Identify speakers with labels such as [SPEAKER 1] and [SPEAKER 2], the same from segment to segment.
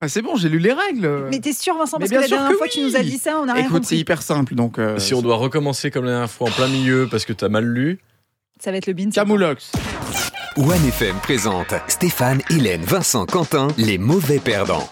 [SPEAKER 1] Ah, c'est bon, j'ai lu les règles.
[SPEAKER 2] Mais t'es sûr, Vincent,
[SPEAKER 1] Mais
[SPEAKER 2] parce que
[SPEAKER 1] bien
[SPEAKER 2] la
[SPEAKER 1] sûr
[SPEAKER 2] dernière
[SPEAKER 1] que
[SPEAKER 2] fois, tu
[SPEAKER 1] oui.
[SPEAKER 2] nous as dit ça, on a rien
[SPEAKER 1] Écoute, c'est
[SPEAKER 2] compris.
[SPEAKER 1] hyper simple. Donc, euh,
[SPEAKER 3] Si on doit recommencer comme la dernière fois en plein milieu parce que t'as mal lu,
[SPEAKER 2] Ça va être le bin. ça.
[SPEAKER 1] Camoulox.
[SPEAKER 4] Bah
[SPEAKER 5] OneFM présente Stéphane, Hélène, Vincent, Quentin, les mauvais perdants.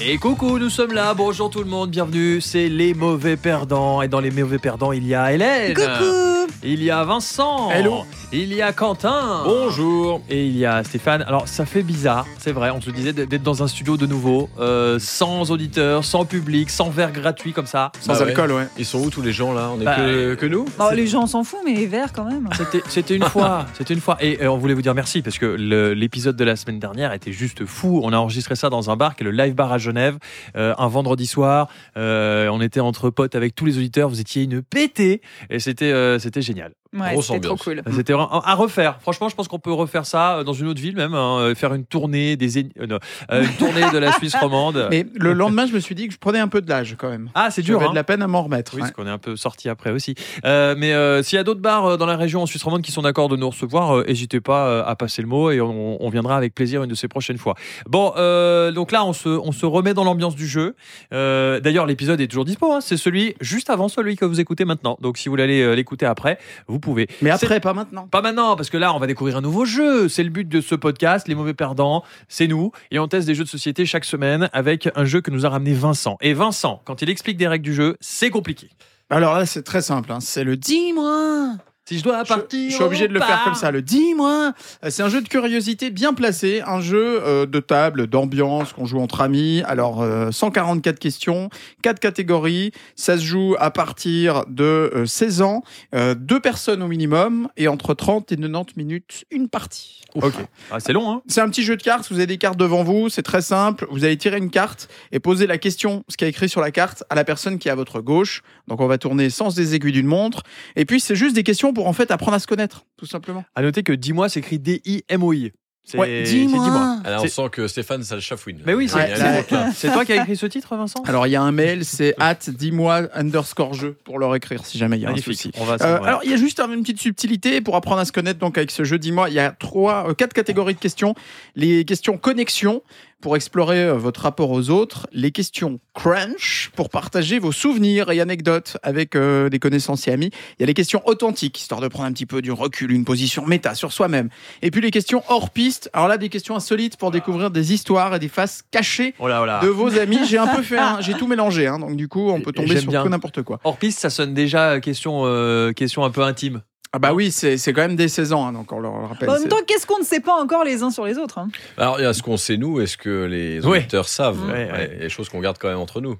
[SPEAKER 4] Et coucou, nous sommes là. Bonjour tout le monde, bienvenue. C'est les mauvais perdants. Et dans les mauvais perdants, il y a Hélène.
[SPEAKER 2] Coucou
[SPEAKER 4] Il y a Vincent.
[SPEAKER 1] Hello.
[SPEAKER 4] Il y a Quentin.
[SPEAKER 3] bonjour
[SPEAKER 4] Et il y a Stéphane. Alors, ça fait bizarre, c'est vrai. On se disait d'être dans un studio de nouveau, euh, sans auditeurs, sans public, sans verre gratuit comme ça.
[SPEAKER 1] Sans
[SPEAKER 3] Bah ouais.
[SPEAKER 1] alcool, ouais.
[SPEAKER 3] Ils sont où tous les gens là On est
[SPEAKER 4] Bah,
[SPEAKER 3] que, que nous
[SPEAKER 2] Bon, Les gens s'en foutent, mais les verts quand même.
[SPEAKER 4] C'était- C'était une fois, c'était une fois. Et euh, on voulait vous dire merci parce que le- l'épisode de la semaine dernière était juste fou. On a enregistré ça dans un bar qui est le Live Bar à Genève, euh, un vendredi soir. Euh, on était entre potes avec tous les auditeurs. Vous étiez une pétée et c'était euh, c'était génial.
[SPEAKER 2] Ouais,
[SPEAKER 3] Grosse
[SPEAKER 2] c'était trop
[SPEAKER 3] ambiance.
[SPEAKER 2] cool.
[SPEAKER 1] Mhm.
[SPEAKER 4] C'était vraiment à refaire. Franchement, je pense qu'on peut refaire ça euh, dans une autre ville même, hein, euh, faire une tournée des éni- euh, non, euh, une tournée de la Suisse romande.
[SPEAKER 1] Mais le lendemain, je me suis dit que je prenais un peu de l'âge quand même.
[SPEAKER 4] Ah, Bah. c'est dur.
[SPEAKER 1] J'avais
[SPEAKER 4] hein.
[SPEAKER 1] de la peine à m'en remettre.
[SPEAKER 4] Oui,
[SPEAKER 1] ouais.
[SPEAKER 4] parce qu'on est un peu sorti après aussi. Euh, mais euh, s'il y a d'autres bars euh, dans la région en Suisse romande qui sont d'accord de nous recevoir, euh, n'hésitez pas euh, à passer le mot et on, on viendra avec plaisir une de ces prochaines fois. Bon, euh, donc là, on se, on se remet dans l'ambiance du jeu. Euh, D'ailleurs, l'épisode est toujours dispo. hein. C'est celui juste avant celui que vous écoutez maintenant. Donc si vous voulez aller euh, l'écouter après, vous pouvez.
[SPEAKER 1] Mais
[SPEAKER 4] C'est-
[SPEAKER 1] après, pas maintenant.
[SPEAKER 4] Pas maintenant, parce que là, on va découvrir un nouveau jeu. C'est le but de ce podcast, Les Mauvais Perdants. C'est nous. Et on teste des jeux de société chaque semaine avec un jeu que nous a ramené Vincent. Et Vincent, quand il explique des règles du jeu, c'est compliqué.
[SPEAKER 1] Alors là, c'est très simple. hein. C'est le dis-moi.
[SPEAKER 4] Si je dois
[SPEAKER 1] Je- Je, suis obligé de le faire comme ça. Le dis-moi. Euh, C'est un jeu de curiosité bien placé, un jeu euh, de table, d'ambiance qu'on joue entre amis. Alors euh, 144 questions, 4 catégories. Ça se joue à partir de euh, 16 ans, euh, deux personnes au minimum et entre 30 et 90 minutes une partie.
[SPEAKER 4] Ok. Ah, c'est long, hein
[SPEAKER 1] C'est un petit jeu de cartes, vous avez des cartes devant vous, c'est très simple, vous allez tirer une carte et poser la question, ce qui est écrit sur la carte, à la personne qui est à votre gauche. Donc on va tourner sans des aiguilles d'une montre. Et puis c'est juste des questions pour en fait apprendre à se connaître, tout simplement.
[SPEAKER 4] À noter que dis-moi s'écrit D-I-M-O-I. C'est
[SPEAKER 1] Ouais,
[SPEAKER 4] c'est dis-moi.
[SPEAKER 3] Alors on
[SPEAKER 4] C'est-
[SPEAKER 3] sent que Stéphane, ça le chafouine.
[SPEAKER 4] Mais oui, c'est
[SPEAKER 1] Ouais,
[SPEAKER 3] Il y a
[SPEAKER 1] là-
[SPEAKER 3] des mots, là.
[SPEAKER 4] C'est toi qui as écrit ce titre, Vincent
[SPEAKER 1] Alors il y a un mail, c'est hâte, dis-moi underscore jeu pour leur écrire si jamais il y a un souci.
[SPEAKER 4] Magnifique. On va
[SPEAKER 1] Euh,
[SPEAKER 4] Ah, ça, ouais.
[SPEAKER 1] Alors il y a juste une petite subtilité pour apprendre à se connaître donc avec ce jeu. Dis-moi, il y a trois, euh, quatre catégories de questions. Les questions connexion pour explorer euh, votre rapport aux autres. Les questions crunch pour partager vos souvenirs et anecdotes avec euh, des connaissances et amis. Il y a les questions authentiques histoire de prendre un petit peu du recul, une position méta sur soi-même. Et puis les questions hors piste. Alors là des questions insolites pour découvrir des histoires et des faces cachées
[SPEAKER 4] Oh là, oh là.
[SPEAKER 1] de vos amis. J'ai un peu fait, un- j'ai tout mélangé, hein, donc du coup on peut tomber
[SPEAKER 4] J'aime
[SPEAKER 1] sur
[SPEAKER 4] bien.
[SPEAKER 1] tout n'importe quoi.
[SPEAKER 4] Hors piste, ça sonne déjà euh, question, euh, question un peu intime.
[SPEAKER 1] Ah bah oui, c'est c'est quand même des 16 ans, hein, donc on le rappelle.
[SPEAKER 2] Bon, Bah, en
[SPEAKER 1] c'est-
[SPEAKER 2] même temps, qu'est-ce qu'on ne sait pas encore les uns sur les autres hein
[SPEAKER 3] Alors, il y a ce qu'on sait nous et ce que les
[SPEAKER 4] Ouais.
[SPEAKER 3] auditeurs savent.
[SPEAKER 4] Ouais, ouais.
[SPEAKER 3] Il y a des choses qu'on garde quand même entre nous.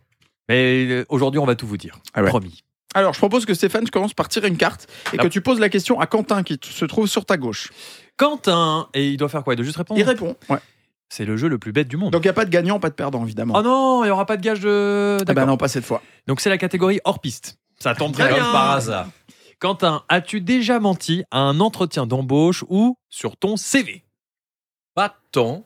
[SPEAKER 4] Mais euh, aujourd'hui, on va tout vous dire.
[SPEAKER 1] Ah ouais.
[SPEAKER 4] Promis.
[SPEAKER 1] Alors je propose que Stéphane, je commence par tirer une carte et
[SPEAKER 4] Ah.
[SPEAKER 1] que tu poses la question à Quentin qui t- se trouve sur ta gauche.
[SPEAKER 4] Quentin, et il doit faire quoi Il doit juste répondre
[SPEAKER 2] Oh.
[SPEAKER 1] Il répond. Ouais.
[SPEAKER 4] C'est le jeu le plus bête du monde.
[SPEAKER 1] Donc il n'y a pas de gagnant, pas de perdant, évidemment.
[SPEAKER 2] Ah,
[SPEAKER 4] oh non, il n'y aura pas de gage de.
[SPEAKER 1] Ah bah
[SPEAKER 4] D'accord.
[SPEAKER 1] non, pas cette fois.
[SPEAKER 4] Donc c'est la catégorie hors piste. Ça tombe très
[SPEAKER 3] Comme
[SPEAKER 4] bien.
[SPEAKER 3] par hasard.
[SPEAKER 4] Quentin, as-tu déjà menti à un entretien d'embauche ou sur ton CV
[SPEAKER 3] Pas tant.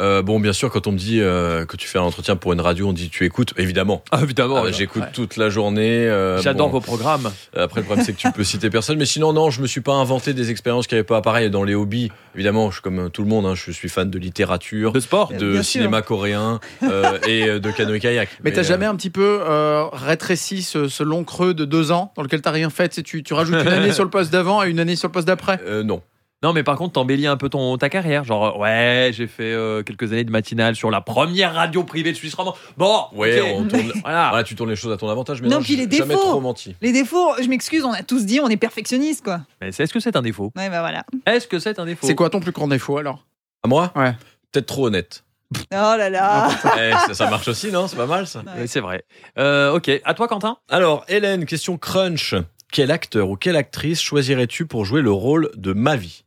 [SPEAKER 3] Euh, bon, bien sûr, quand on me dit euh, que tu fais un entretien pour une radio, on dit tu écoutes. Évidemment,
[SPEAKER 4] Ah, Évidemment.
[SPEAKER 3] Ah,
[SPEAKER 4] alors.
[SPEAKER 3] j'écoute
[SPEAKER 1] ouais.
[SPEAKER 3] toute la journée. euh,
[SPEAKER 4] J'adore
[SPEAKER 3] bon,
[SPEAKER 4] vos programmes.
[SPEAKER 3] Après, le problème, c'est que tu peux citer personne. Mais sinon, non, je me suis pas inventé des expériences qui n'avaient pas pareil. Dans les hobbies, évidemment, je suis comme tout le monde. hein, je suis fan de littérature,
[SPEAKER 4] De sport.
[SPEAKER 3] de
[SPEAKER 2] Euh, Bien sûr.
[SPEAKER 3] cinéma coréen euh, et euh, de canoë-kayak.
[SPEAKER 1] Mais, t'as
[SPEAKER 3] euh,
[SPEAKER 1] jamais un petit peu euh, rétréci ce, ce long creux de deux ans dans lequel t'as rien fait tu sais, tu, tu rajoutes une année sur le poste d'avant et une année sur le poste d'après
[SPEAKER 3] euh, Non.
[SPEAKER 4] Non, mais par contre, t'embellis un peu ton, ta carrière. Genre, euh, ouais, j'ai fait euh, quelques années de matinale sur la première radio privée de Suisse romande. Bon,
[SPEAKER 3] Ouais,
[SPEAKER 4] ok.
[SPEAKER 3] on tourne.
[SPEAKER 4] voilà.
[SPEAKER 3] Voilà, tu tournes les choses à ton avantage, mais
[SPEAKER 2] Ah. Non,
[SPEAKER 3] non,
[SPEAKER 2] puis les
[SPEAKER 3] j'ai jamais
[SPEAKER 2] défauts.
[SPEAKER 3] trop menti.
[SPEAKER 2] Les défauts, je m'excuse, on a tous dit, on est perfectionniste, quoi.
[SPEAKER 4] Mais c'est- est-ce que c'est un défaut
[SPEAKER 2] Ouais, bah voilà.
[SPEAKER 4] Est-ce que c'est un défaut
[SPEAKER 1] C'est quoi ton plus grand défaut alors
[SPEAKER 3] À moi
[SPEAKER 1] Ouais.
[SPEAKER 3] Peut-être trop honnête.
[SPEAKER 2] Oh là là
[SPEAKER 1] Ah.
[SPEAKER 3] Eh, ça, ça marche aussi, non C'est pas mal, ça.
[SPEAKER 4] Ouais, C'est vrai. Euh, ok, à toi, Quentin
[SPEAKER 3] Alors, Hélène, question crunch. Quel acteur ou quelle actrice choisirais-tu pour jouer le rôle de ma vie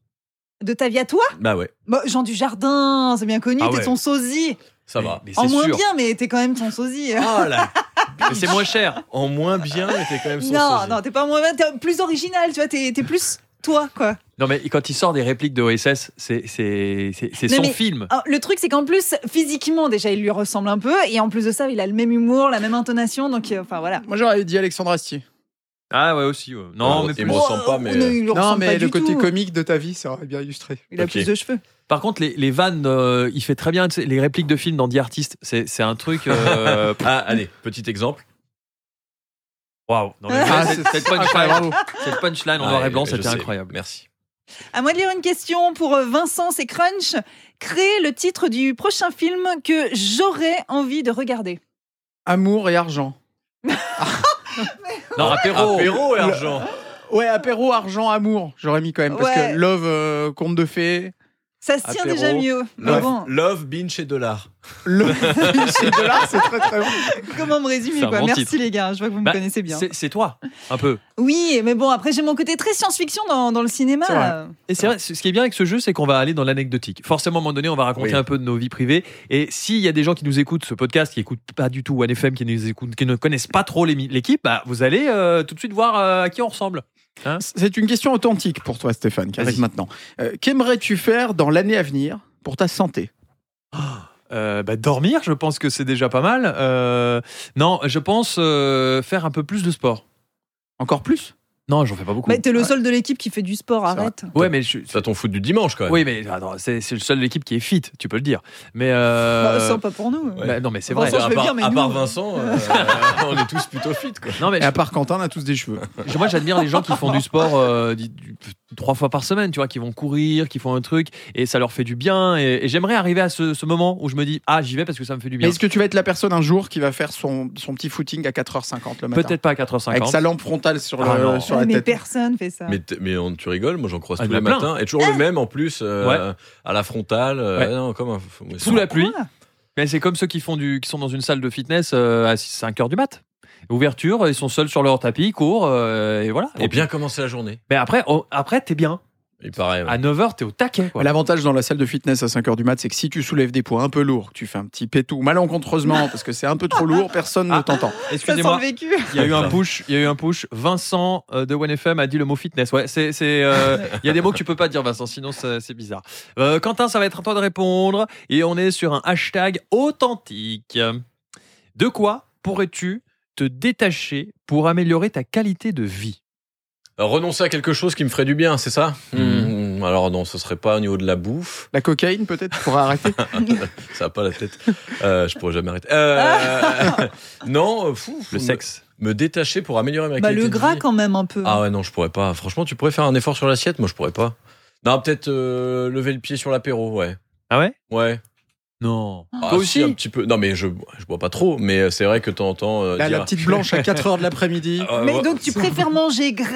[SPEAKER 2] De ta vie à toi
[SPEAKER 3] Bah ouais,
[SPEAKER 2] Bah, Jean du Jardin, c'est bien connu,
[SPEAKER 4] Ah
[SPEAKER 2] t'es
[SPEAKER 4] ouais.
[SPEAKER 2] son sosie.
[SPEAKER 3] ça
[SPEAKER 4] Mais-
[SPEAKER 3] va.
[SPEAKER 4] Mais,
[SPEAKER 2] En
[SPEAKER 4] c'est
[SPEAKER 2] moins
[SPEAKER 4] sûr.
[SPEAKER 2] bien, mais t'es quand même son sosie.
[SPEAKER 3] Oh là
[SPEAKER 4] Mais c'est moins cher.
[SPEAKER 3] En moins bien, mais t'es quand même son
[SPEAKER 2] non,
[SPEAKER 3] sosie.
[SPEAKER 2] non, t'es pas moins bien, t'es plus original, tu vois, t'es t'es plus toi, quoi.
[SPEAKER 4] Non, mais quand il sort des répliques de OSS, c'est c'est- c'est- c'est
[SPEAKER 2] Non,
[SPEAKER 4] son
[SPEAKER 2] mais-
[SPEAKER 4] film.
[SPEAKER 2] Alors, Oh, le truc, c'est qu'en plus, physiquement, déjà, il lui ressemble un peu, et en plus de ça, il a le même humour, la même intonation, donc, euh, enfin voilà.
[SPEAKER 1] Moi j'aurais dit Alexandre Astier.
[SPEAKER 4] Ah ouais aussi. ouais.
[SPEAKER 3] Ouais,
[SPEAKER 4] Non, mais
[SPEAKER 3] Euh, et
[SPEAKER 4] plus-
[SPEAKER 3] moi- ressemble pas, mais-
[SPEAKER 2] on ne oh, lui
[SPEAKER 1] Non,
[SPEAKER 2] ressemble pas
[SPEAKER 1] mais le
[SPEAKER 2] du
[SPEAKER 1] côté
[SPEAKER 2] tout.
[SPEAKER 1] comique de ta vie, ça aurait bien illustré.
[SPEAKER 2] Il a
[SPEAKER 3] Ok.
[SPEAKER 2] plus de cheveux.
[SPEAKER 4] par contre, les, les vannes, euh, il fait très bien tu sais, les répliques de films dans The Artist. C'est c'est un truc. euh,
[SPEAKER 3] Ah, allez, petit exemple.
[SPEAKER 4] Waouh. Non, mais
[SPEAKER 1] Ah,
[SPEAKER 4] cette-
[SPEAKER 1] c'est-
[SPEAKER 4] cette
[SPEAKER 1] Ah,
[SPEAKER 4] punchline,
[SPEAKER 1] bravo.
[SPEAKER 4] cette punchline en
[SPEAKER 3] Ah,
[SPEAKER 4] noir et
[SPEAKER 3] et-
[SPEAKER 4] blanc,
[SPEAKER 3] et je
[SPEAKER 4] c'était
[SPEAKER 3] sais.
[SPEAKER 4] incroyable.
[SPEAKER 3] Merci.
[SPEAKER 2] À moi de lire une question pour euh, Vincent, c'est Crunch. Créer le titre du prochain film que j'aurais envie de regarder.
[SPEAKER 1] Amour et argent.
[SPEAKER 4] Non, apéro.
[SPEAKER 3] Apéro et Ah, argent.
[SPEAKER 1] Ouais, apéro, argent, amour. J'aurais mis quand même. Parce
[SPEAKER 2] Ouais.
[SPEAKER 1] que love, euh, conte de fées.
[SPEAKER 2] Ça se tient
[SPEAKER 1] Apéro,
[SPEAKER 2] déjà mieux. Mais
[SPEAKER 3] Love,
[SPEAKER 2] Ah bon,
[SPEAKER 3] love, binge et dollar.
[SPEAKER 1] Love, chez Dollar, c'est très très bon.
[SPEAKER 2] comment me résumer
[SPEAKER 4] C'est un
[SPEAKER 2] quoi
[SPEAKER 4] bon
[SPEAKER 2] Merci
[SPEAKER 4] titre.
[SPEAKER 2] les gars, je vois que vous
[SPEAKER 4] Bah,
[SPEAKER 2] me connaissez bien.
[SPEAKER 4] C'est c'est toi, un peu.
[SPEAKER 2] Oui, mais bon, après j'ai mon côté très science-fiction dans, dans le cinéma.
[SPEAKER 1] C'est vrai.
[SPEAKER 2] là.
[SPEAKER 4] Et c'est vrai, ce qui est bien avec ce jeu, c'est qu'on va aller dans l'anecdotique. Forcément, à un moment donné, on va raconter
[SPEAKER 3] Oui.
[SPEAKER 4] un peu de nos vies privées. Et s'il y a des gens qui nous écoutent ce podcast, qui écoutent pas du tout OneFM, qui, nous écoutent, qui ne connaissent pas trop les mi- l'équipe, bah, vous allez euh, tout de suite voir euh, à qui on ressemble.
[SPEAKER 1] C'est une question authentique pour toi, Stéphane, qui arrive
[SPEAKER 4] Vas-y.
[SPEAKER 1] maintenant. Euh, Qu'aimerais-tu faire dans l'année à venir pour ta santé
[SPEAKER 4] Euh, bah, dormir, je pense que c'est déjà pas mal. Euh, non, je pense euh, faire un peu plus de sport.
[SPEAKER 1] Encore plus
[SPEAKER 4] Non, j'en fais pas beaucoup.
[SPEAKER 2] Mais Bah, t'es le seul de l'équipe qui fait du sport,
[SPEAKER 1] C'est
[SPEAKER 2] arrête.
[SPEAKER 4] Ouais, mais je-
[SPEAKER 3] Ça t'en fout du dimanche quand même.
[SPEAKER 4] oui, mais attends, c'est c'est le seul de l'équipe qui est fit, tu peux le dire. Mais euh,
[SPEAKER 2] Bah, sans pas pour nous.
[SPEAKER 3] Ouais.
[SPEAKER 4] bah, non, mais c'est
[SPEAKER 2] Vincent,
[SPEAKER 4] vrai.
[SPEAKER 2] Bon, je
[SPEAKER 3] à
[SPEAKER 2] vais
[SPEAKER 3] part,
[SPEAKER 2] bien, mais
[SPEAKER 3] à
[SPEAKER 2] nous-
[SPEAKER 3] part Vincent, euh, on est tous plutôt fit quoi.
[SPEAKER 4] Non, mais
[SPEAKER 1] Et à part Quentin, on a tous des cheveux.
[SPEAKER 4] Je- Moi, j'admire les gens qui font du sport euh, du- du- trois fois par semaine, tu vois, qui vont courir, qui font un truc, et ça leur fait du bien. Et, et j'aimerais arriver à ce, ce moment où je me dis, ah, j'y vais parce que ça me fait du
[SPEAKER 1] Mais
[SPEAKER 4] bien.
[SPEAKER 1] Est-ce que tu vas être la personne un jour qui va faire son, son petit footing à 4h50 le matin
[SPEAKER 4] Peut-être pas à
[SPEAKER 1] Avec
[SPEAKER 4] 4h50.
[SPEAKER 1] sa lampe frontale sur,
[SPEAKER 4] Ah
[SPEAKER 1] le-
[SPEAKER 4] non.
[SPEAKER 1] sur la
[SPEAKER 2] mais
[SPEAKER 1] tête.
[SPEAKER 2] personne fait ça. Eh
[SPEAKER 3] Mais, t- mais on- tu rigoles, moi j'en croise
[SPEAKER 4] Ah,
[SPEAKER 3] tous
[SPEAKER 4] il y en
[SPEAKER 3] les
[SPEAKER 4] a plein.
[SPEAKER 3] matins. Et toujours le même en plus, euh, à la frontale. euh,
[SPEAKER 4] Ouais.
[SPEAKER 3] non, comme un- ouais,
[SPEAKER 4] Sous la pluie.
[SPEAKER 2] Pourquoi
[SPEAKER 4] Mais c'est comme ceux qui, font du, qui sont dans une salle de fitness euh, à 5h du mat. Ouverture, ils sont seuls sur leur tapis, ils courent, euh, et voilà.
[SPEAKER 3] Pour bien commencer la journée. Ah,
[SPEAKER 4] Mais après, on- après t'es bien.
[SPEAKER 3] Il paraît. ouais.
[SPEAKER 4] À 9h, t'es au taquet. quoi.
[SPEAKER 1] L'avantage dans la salle de fitness à 5h du mat, c'est que si tu soulèves des poids un peu lourds, que tu fais un petit pétou malencontreusement parce que c'est un peu trop lourd, personne ne
[SPEAKER 4] Ah.
[SPEAKER 1] t'entend.
[SPEAKER 2] Ça sent
[SPEAKER 4] Excusez-moi,
[SPEAKER 2] le vécu.
[SPEAKER 4] il y a eu un push. Il y a eu un push. Vincent euh, de OneFM a dit le mot fitness. Ouais, c'est, c'est, euh, il y a des mots que tu peux pas dire, Vincent, sinon ça- c'est bizarre. Euh, Quentin, ça va être à toi de répondre. Et on est sur un hashtag authentique. De quoi pourrais-tu te détacher pour améliorer ta qualité de vie
[SPEAKER 3] Alors, renoncer à quelque chose qui me ferait du bien, c'est ça Hmm, Alors non, ce serait pas au niveau de la bouffe.
[SPEAKER 1] La cocaïne, peut-être, pour arrêter
[SPEAKER 3] Ça a pas la tête. Euh, je pourrais jamais arrêter. Euh, non, euh, fou,
[SPEAKER 4] Le
[SPEAKER 3] me-
[SPEAKER 4] sexe.
[SPEAKER 3] Me détacher pour améliorer ma
[SPEAKER 2] Bah,
[SPEAKER 3] qualité
[SPEAKER 2] le
[SPEAKER 3] de
[SPEAKER 2] gras
[SPEAKER 3] vie.
[SPEAKER 2] quand même un peu.
[SPEAKER 3] Ah ouais, non, je pourrais pas. Franchement, tu pourrais faire un effort sur l'assiette, moi je pourrais pas. Non, peut-être euh, lever le pied sur l'apéro, ouais.
[SPEAKER 4] Ah ouais
[SPEAKER 3] Ouais.
[SPEAKER 4] Non.
[SPEAKER 3] Ah,
[SPEAKER 4] Toi
[SPEAKER 3] si,
[SPEAKER 4] aussi
[SPEAKER 3] un petit peu. Non, mais je, je bois pas trop, mais c'est vrai que t'entends euh,
[SPEAKER 1] Bah, la, la
[SPEAKER 3] dire.
[SPEAKER 1] petite blanche à 4h de l'après-midi.
[SPEAKER 3] Ah,
[SPEAKER 2] mais
[SPEAKER 3] ouais,
[SPEAKER 2] donc tu préfères manger gras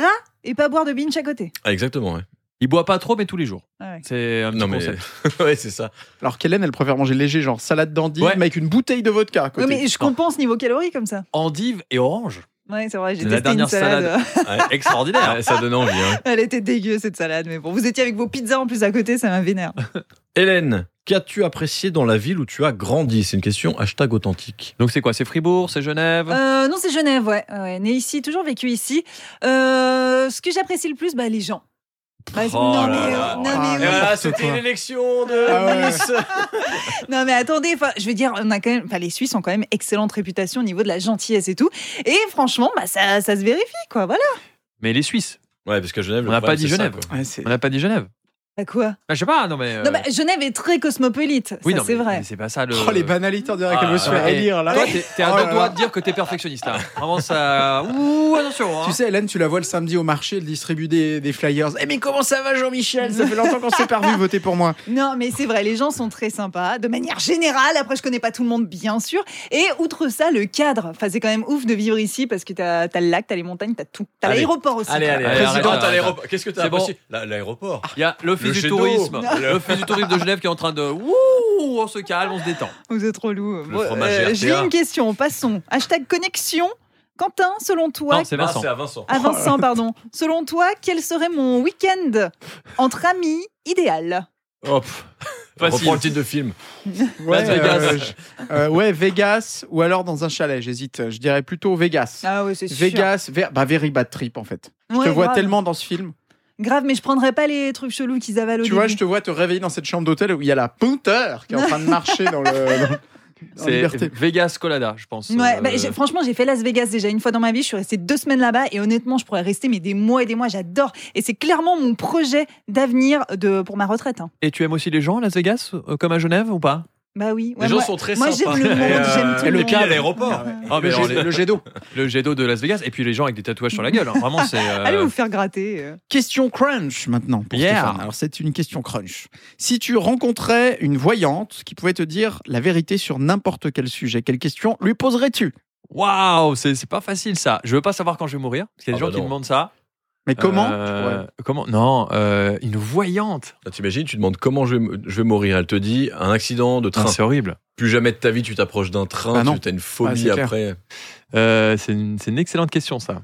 [SPEAKER 2] et pas boire de binge à côté.
[SPEAKER 3] ah, exactement, ouais.
[SPEAKER 4] Il boit pas trop, mais tous les jours.
[SPEAKER 2] Ah ouais.
[SPEAKER 4] C'est un petit
[SPEAKER 3] Non, mais.
[SPEAKER 4] concept.
[SPEAKER 3] ouais, c'est ça.
[SPEAKER 1] Alors qu'Hélène, elle préfère manger léger, genre salade d'endive,
[SPEAKER 4] Ouais.
[SPEAKER 1] mais avec une bouteille de vodka à côté.
[SPEAKER 2] Ouais, mais je compense niveau calories comme ça.
[SPEAKER 4] Endive et orange.
[SPEAKER 2] Ouais, c'est vrai, j'ai testé
[SPEAKER 4] La
[SPEAKER 2] une
[SPEAKER 4] dernière
[SPEAKER 2] salade.
[SPEAKER 4] salade.
[SPEAKER 3] Ouais.
[SPEAKER 4] Extraordinaire.
[SPEAKER 3] Ouais, ça donne envie, hein.
[SPEAKER 2] Elle était dégueu cette salade, mais bon, vous étiez avec vos pizzas en plus à côté, ça m'a vénère.
[SPEAKER 3] Hélène, qu'as-tu apprécié dans la ville où tu as grandi C'est une question hashtag authentique.
[SPEAKER 4] Donc c'est quoi C'est Fribourg, c'est Genève.
[SPEAKER 2] Euh, non, c'est Genève, ouais. ouais. Né ici, toujours vécu ici. Euh, ce que j'apprécie le plus, bah, les gens. Bah,
[SPEAKER 3] Oh
[SPEAKER 2] non,
[SPEAKER 3] là
[SPEAKER 2] mais, euh,
[SPEAKER 3] là.
[SPEAKER 2] non,
[SPEAKER 1] Ah,
[SPEAKER 2] mais
[SPEAKER 1] et
[SPEAKER 2] oui.
[SPEAKER 1] voilà,
[SPEAKER 3] c'était l'élection de
[SPEAKER 1] Ah ouais.
[SPEAKER 3] Nice.
[SPEAKER 2] Non, mais attendez, enfin, je veux dire, on a quand même, enfin, les Suisses ont quand même excellente réputation au niveau de la gentillesse et tout. Et franchement, bah, ça, ça se vérifie, quoi. Voilà.
[SPEAKER 4] Mais les Suisses.
[SPEAKER 3] Ouais, parce qu'à Genève, le
[SPEAKER 4] On n'a
[SPEAKER 3] problème,
[SPEAKER 4] pas dit
[SPEAKER 3] c'est ça,
[SPEAKER 4] Genève.
[SPEAKER 3] quoi.
[SPEAKER 1] Ouais, c'est-
[SPEAKER 4] On n'a pas dit Genève.
[SPEAKER 2] Bah, quoi
[SPEAKER 4] Bah, je sais pas, non mais. euh,
[SPEAKER 2] Non, bah, Genève est très cosmopolite.
[SPEAKER 4] oui,
[SPEAKER 2] ça,
[SPEAKER 4] non,
[SPEAKER 2] c'est
[SPEAKER 4] mais-
[SPEAKER 2] vrai.
[SPEAKER 4] mais C'est pas ça le.
[SPEAKER 1] Oh, les banalités, on dirait
[SPEAKER 3] Ah,
[SPEAKER 1] qu'elle veut se faire
[SPEAKER 4] ouais.
[SPEAKER 1] élire là.
[SPEAKER 4] Toi, t'es t'es à
[SPEAKER 1] Oh
[SPEAKER 4] deux
[SPEAKER 1] là
[SPEAKER 4] doigts
[SPEAKER 1] là.
[SPEAKER 4] de dire que t'es perfectionniste. hein. Vraiment, ça. Ouh, attention. hein.
[SPEAKER 1] Tu sais, Hélène, tu la vois le samedi au marché, elle distribue des, des flyers. Eh, mais comment ça va, Jean-Michel Ça fait longtemps qu'on s'est pas vu, votez pour moi.
[SPEAKER 2] Non, mais c'est vrai, les gens sont très sympas, de manière générale. Après, je connais pas tout le monde, bien sûr. Et outre ça, le cadre. Enfin, c'est quand même ouf de vivre ici parce que t'as as le lac, t'as les montagnes, t'as tout. T'as
[SPEAKER 3] Allez.
[SPEAKER 2] l'aéroport aussi.
[SPEAKER 3] Allez,
[SPEAKER 2] quoi.
[SPEAKER 3] allez,
[SPEAKER 4] Présidente,
[SPEAKER 3] président,
[SPEAKER 4] arrête,
[SPEAKER 3] à
[SPEAKER 4] arrête.
[SPEAKER 3] l'aéroport. Qu'est-ce que t'as
[SPEAKER 4] C'est bon.
[SPEAKER 3] apprécié La- L'aéroport.
[SPEAKER 4] Il y a l'office
[SPEAKER 3] Le
[SPEAKER 4] du
[SPEAKER 3] jet d'eau.
[SPEAKER 4] tourisme.
[SPEAKER 3] Non.
[SPEAKER 4] L'office du tourisme de Genève qui est en train de. Ouh, on se calme, on se détend.
[SPEAKER 2] Vous êtes relou. euh,
[SPEAKER 3] Le fromage RTA.
[SPEAKER 2] J'ai une question, passons. Hashtag connexion. Quentin, selon toi.
[SPEAKER 4] non, c'est
[SPEAKER 3] Ah,
[SPEAKER 4] Vincent.
[SPEAKER 3] c'est à Vincent.
[SPEAKER 2] Ah, Vincent, pardon. Selon toi, quel serait mon week-end entre amis idéal
[SPEAKER 3] Hop.
[SPEAKER 4] Facile.
[SPEAKER 3] Reprends le titre de film.
[SPEAKER 1] Ouais,
[SPEAKER 4] Vegas.
[SPEAKER 1] je- euh, ouais, Vegas ou alors dans un chalet, j'hésite. Je dirais plutôt Vegas.
[SPEAKER 2] Ah oui, c'est sûr.
[SPEAKER 1] Vegas, ver- bah, very bad trip en fait. Je
[SPEAKER 2] Ouais,
[SPEAKER 1] te vois
[SPEAKER 2] grave.
[SPEAKER 1] tellement dans ce film.
[SPEAKER 2] Grave, mais je prendrais pas les trucs chelous qu'ils avalent au
[SPEAKER 1] Tu vois, je
[SPEAKER 2] début.
[SPEAKER 1] te vois te réveiller dans cette chambre d'hôtel où il y a la punter qui est en train de marcher dans le. dans- en
[SPEAKER 4] C'est
[SPEAKER 1] liberté.
[SPEAKER 4] Vegas Colada, je pense.
[SPEAKER 2] Ouais,
[SPEAKER 4] Euh,
[SPEAKER 2] bah, j'ai- franchement, j'ai fait Las Vegas déjà une fois dans ma vie. Je suis restée deux semaines là-bas et honnêtement, je pourrais rester mais des mois et des mois. J'adore et c'est clairement mon projet d'avenir de pour ma retraite. hein.
[SPEAKER 4] Et tu aimes aussi les gens à Las Vegas, euh, comme à Genève ou pas
[SPEAKER 2] Bah oui. ouais,
[SPEAKER 3] Les gens
[SPEAKER 2] moi-
[SPEAKER 3] sont très
[SPEAKER 2] moi,
[SPEAKER 3] sympas.
[SPEAKER 2] j'aime le monde,
[SPEAKER 3] Et, euh,
[SPEAKER 2] j'aime tout
[SPEAKER 3] et
[SPEAKER 2] le
[SPEAKER 3] le
[SPEAKER 2] monde.
[SPEAKER 3] cas à l'aéroport. Ah, mais
[SPEAKER 4] le,
[SPEAKER 3] alors,
[SPEAKER 4] jet,
[SPEAKER 3] les-
[SPEAKER 4] le jet d'eau. Le jet d'eau de Las Vegas. Et puis les gens avec des tatouages sur la gueule. hein. Vraiment, c'est. euh,
[SPEAKER 2] Allez vous faire gratter. euh.
[SPEAKER 1] Question crunch maintenant pour
[SPEAKER 4] Yeah.
[SPEAKER 1] Stéphane. Alors c'est une question crunch. Si tu rencontrais une voyante qui pouvait te dire la vérité sur n'importe quel sujet, quelle question lui poserais-tu
[SPEAKER 4] Waouh, c'est c'est pas facile ça. Je veux pas savoir quand je vais mourir. Parce qu'il y a des
[SPEAKER 3] Ah
[SPEAKER 4] gens
[SPEAKER 3] bah
[SPEAKER 4] qui
[SPEAKER 3] non.
[SPEAKER 4] demandent ça.
[SPEAKER 1] Mais comment
[SPEAKER 4] Euh,
[SPEAKER 1] Ouais.
[SPEAKER 4] Comment Non, euh, une voyante.
[SPEAKER 3] Ah, T'imagines, tu demandes comment je vais, m- je vais mourir. Elle te dit un accident de
[SPEAKER 4] Ah,
[SPEAKER 3] train.
[SPEAKER 4] C'est horrible.
[SPEAKER 3] Plus jamais de ta vie, tu t'approches d'un
[SPEAKER 1] Bah
[SPEAKER 3] train,
[SPEAKER 1] non.
[SPEAKER 3] tu as une
[SPEAKER 1] Ah,
[SPEAKER 3] phobie
[SPEAKER 1] c'est clair.
[SPEAKER 3] après.
[SPEAKER 4] Euh, c'est une, c'est une excellente question ça.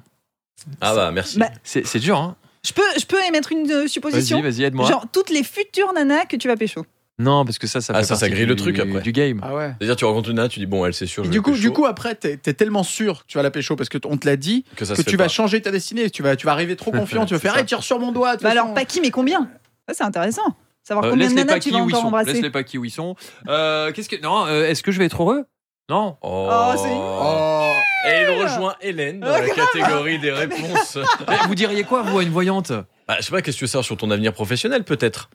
[SPEAKER 3] Ah bah merci.
[SPEAKER 2] Bah,
[SPEAKER 4] C'est c'est dur. Hein
[SPEAKER 2] Je peux je peux émettre une euh,
[SPEAKER 4] vas-y,
[SPEAKER 2] supposition.
[SPEAKER 4] vas-y, aide-moi.
[SPEAKER 2] Genre toutes les futures nanas que tu vas pécho.
[SPEAKER 4] Non, parce que ça, ça
[SPEAKER 3] Ah,
[SPEAKER 4] fait
[SPEAKER 3] ça, ça
[SPEAKER 4] partie
[SPEAKER 3] grille le
[SPEAKER 4] du-
[SPEAKER 3] truc, après.
[SPEAKER 4] Du game.
[SPEAKER 1] Ah ouais.
[SPEAKER 3] C'est-à-dire, tu rencontres une nana, tu dis bon, elle c'est sûr.
[SPEAKER 1] Et
[SPEAKER 3] Je
[SPEAKER 1] du
[SPEAKER 3] vais
[SPEAKER 1] coup, du
[SPEAKER 3] pécho,
[SPEAKER 1] coup, après, t'es es tellement sûr que tu vas la pécho parce que t- on te l'a dit
[SPEAKER 3] que, ça
[SPEAKER 1] que
[SPEAKER 3] se fait
[SPEAKER 1] tu vas
[SPEAKER 3] pas.
[SPEAKER 1] changer ta destinée. Tu vas, tu vas arriver trop confiant. Tu vas
[SPEAKER 4] C'est
[SPEAKER 1] faire,
[SPEAKER 4] ça.
[SPEAKER 1] hey, tire sur mon doigt. de
[SPEAKER 2] Bah
[SPEAKER 1] toute
[SPEAKER 2] alors
[SPEAKER 1] façon.
[SPEAKER 2] pas qui mais combien Ça c'est intéressant. Savoir
[SPEAKER 4] Euh,
[SPEAKER 2] combien
[SPEAKER 4] laisse
[SPEAKER 2] de
[SPEAKER 4] les
[SPEAKER 2] nanas tu
[SPEAKER 4] paquis
[SPEAKER 2] vas
[SPEAKER 4] où ils
[SPEAKER 2] encore
[SPEAKER 4] sont. Laisse
[SPEAKER 2] embrasser.
[SPEAKER 4] les paquis où ils sont. Euh, Qu'est-ce que non euh, Est-ce que je vais être heureux Non.
[SPEAKER 3] Oh,
[SPEAKER 2] Oh, c'est
[SPEAKER 1] Oh.
[SPEAKER 3] Et il rejoint Hélène dans la catégorie des réponses.
[SPEAKER 4] Eh, vous diriez quoi vous à une voyante
[SPEAKER 3] Bah, je sais pas, qu'est-ce que tu veux savoir sur ton avenir professionnel peut-être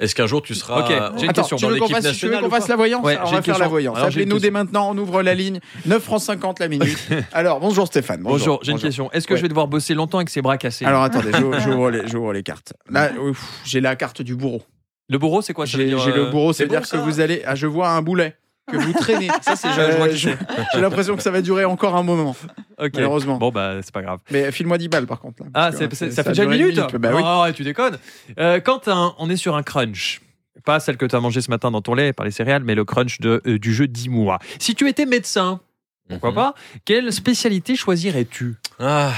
[SPEAKER 3] Est-ce qu'un jour tu seras
[SPEAKER 4] Ok, j'ai
[SPEAKER 3] euh,
[SPEAKER 4] une
[SPEAKER 1] Attends,
[SPEAKER 4] question.
[SPEAKER 1] tu veux
[SPEAKER 3] dans
[SPEAKER 1] qu'on
[SPEAKER 3] l'équipe
[SPEAKER 1] fasse, tu veux
[SPEAKER 3] nationale
[SPEAKER 1] qu'on
[SPEAKER 3] ou pas
[SPEAKER 1] fasse la voyance
[SPEAKER 4] Ouais,
[SPEAKER 1] Alors,
[SPEAKER 4] j'ai
[SPEAKER 1] On va
[SPEAKER 4] une
[SPEAKER 1] faire la
[SPEAKER 4] question.
[SPEAKER 1] voyance.
[SPEAKER 4] Alors, j'ai une
[SPEAKER 1] Appelez-nous dès
[SPEAKER 4] question.
[SPEAKER 1] maintenant. On ouvre la ligne 9 francs 50 la minute. Alors bonjour Stéphane.
[SPEAKER 4] Bonjour, j'ai une
[SPEAKER 1] bonjour.
[SPEAKER 4] question. Est-ce que
[SPEAKER 1] Ouais.
[SPEAKER 4] je vais devoir bosser longtemps avec ses bras cassés
[SPEAKER 1] Alors attendez, j'ou- j'ouvre les, j'ouvre les cartes. Là, ouf, j'ai la carte du bourreau.
[SPEAKER 4] Le bourreau, c'est quoi ça veut
[SPEAKER 1] J'ai
[SPEAKER 4] dire,
[SPEAKER 1] j'ai le
[SPEAKER 4] euh,
[SPEAKER 1] bourreau, c'est
[SPEAKER 3] c'est
[SPEAKER 1] à dire
[SPEAKER 3] bon,
[SPEAKER 1] que
[SPEAKER 3] ça
[SPEAKER 1] vous allez. Ah, je vois un boulet que vous traînez. ça, c'est
[SPEAKER 4] je vois qui
[SPEAKER 1] J'ai l'impression que ça va durer encore un moment,
[SPEAKER 4] Ok.
[SPEAKER 1] malheureusement.
[SPEAKER 4] Bon bah c'est pas grave.
[SPEAKER 1] Mais file-moi 10 balles par contre. là,
[SPEAKER 4] Ah,
[SPEAKER 1] parce
[SPEAKER 4] c'est-
[SPEAKER 1] que,
[SPEAKER 4] c'est-
[SPEAKER 1] euh,
[SPEAKER 4] ça, fait
[SPEAKER 1] a
[SPEAKER 4] déjà une
[SPEAKER 1] duré
[SPEAKER 4] minute
[SPEAKER 1] Bah oui.
[SPEAKER 4] Ah ouais, tu déconnes. Euh, quand un- on est sur un crunch, pas celle que tu as mangée ce matin dans ton lait par les céréales, mais le crunch de, euh, du jeu 10 mois. Si tu étais médecin, pourquoi
[SPEAKER 3] Mhm.
[SPEAKER 4] pas, quelle spécialité choisirais-tu
[SPEAKER 3] Ah,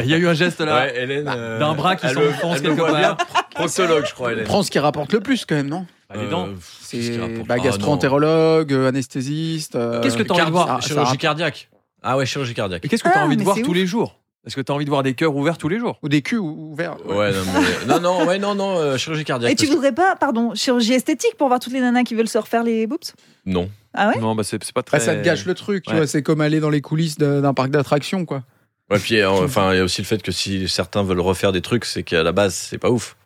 [SPEAKER 4] Il y a eu un geste là.
[SPEAKER 3] ouais, Hélène.
[SPEAKER 1] Bah,
[SPEAKER 3] euh,
[SPEAKER 4] d'un bras qui
[SPEAKER 3] elle le-
[SPEAKER 4] s'enfonce
[SPEAKER 3] elle le
[SPEAKER 4] quelque
[SPEAKER 3] voit bien.
[SPEAKER 4] part.
[SPEAKER 3] Proctologue, je crois, Hélène.
[SPEAKER 1] Prends ce qui rapporte le plus quand même, non
[SPEAKER 4] Bah, les dents.
[SPEAKER 3] Euh, pff, qu'est-ce
[SPEAKER 1] C'est
[SPEAKER 3] qu'il rapporte
[SPEAKER 1] bah,
[SPEAKER 3] Ah, non.
[SPEAKER 1] gastroentérologue, euh, anesthésiste. euh,
[SPEAKER 4] Qu'est-ce que t'as envie de
[SPEAKER 3] Cardi-
[SPEAKER 4] voir
[SPEAKER 1] ça-
[SPEAKER 3] ah, Chirurgie
[SPEAKER 1] ça-
[SPEAKER 3] cardiaque. Ah ouais, chirurgie cardiaque.
[SPEAKER 4] Mais qu'est-ce que tu as
[SPEAKER 2] Ah,
[SPEAKER 4] envie de
[SPEAKER 2] mais
[SPEAKER 4] voir
[SPEAKER 2] c'est
[SPEAKER 4] tous
[SPEAKER 2] ouf.
[SPEAKER 4] les jours Est-ce que tu as envie de voir des cœurs ouverts tous les jours
[SPEAKER 1] Ou des culs ou- ouverts. ouais.
[SPEAKER 3] Ouais, non, mais- non, non, ouais, non, non, euh, chirurgie cardiaque.
[SPEAKER 2] Et tu
[SPEAKER 3] parce
[SPEAKER 2] voudrais pas, pardon, chirurgie esthétique pour voir toutes les nanas qui veulent se refaire les boobs
[SPEAKER 3] que- Non.
[SPEAKER 2] Ouais.
[SPEAKER 4] Non, bah c'est c'est pas très.
[SPEAKER 1] Bah, ça te gâche le truc, tu
[SPEAKER 4] Ouais.
[SPEAKER 1] vois. C'est comme aller dans les coulisses de- d'un parc d'attractions, quoi.
[SPEAKER 3] Ouais, puis euh, enfin, il y a aussi le fait que si certains veulent refaire des trucs, c'est qu'à la base, c'est pas ouf.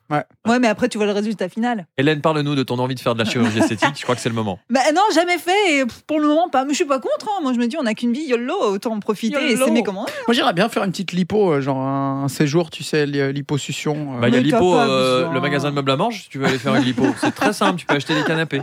[SPEAKER 2] Ouais, mais après tu vois le résultat final.
[SPEAKER 4] Hélène, parle-nous de ton envie de faire de la chirurgie esthétique. Je crois que c'est le moment.
[SPEAKER 2] Bah non, jamais fait et pff, pour le moment pas. Mais je suis pas contre. hein. Moi je me dis on n'a qu'une vie, yolo, autant en profiter et
[SPEAKER 4] YOLO.
[SPEAKER 2] s'aimer comme on est.
[SPEAKER 1] Moi, j'irais bien faire une petite lipo, euh, genre un, un séjour, tu sais, li- liposuction. euh.
[SPEAKER 4] Bah, il y a
[SPEAKER 2] Mais t'as
[SPEAKER 4] Lipo,
[SPEAKER 2] pas
[SPEAKER 4] euh,
[SPEAKER 2] besoin.
[SPEAKER 4] le magasin de meubles à manger. Si tu veux aller faire une Lipo, c'est très simple. Tu peux acheter des canapés.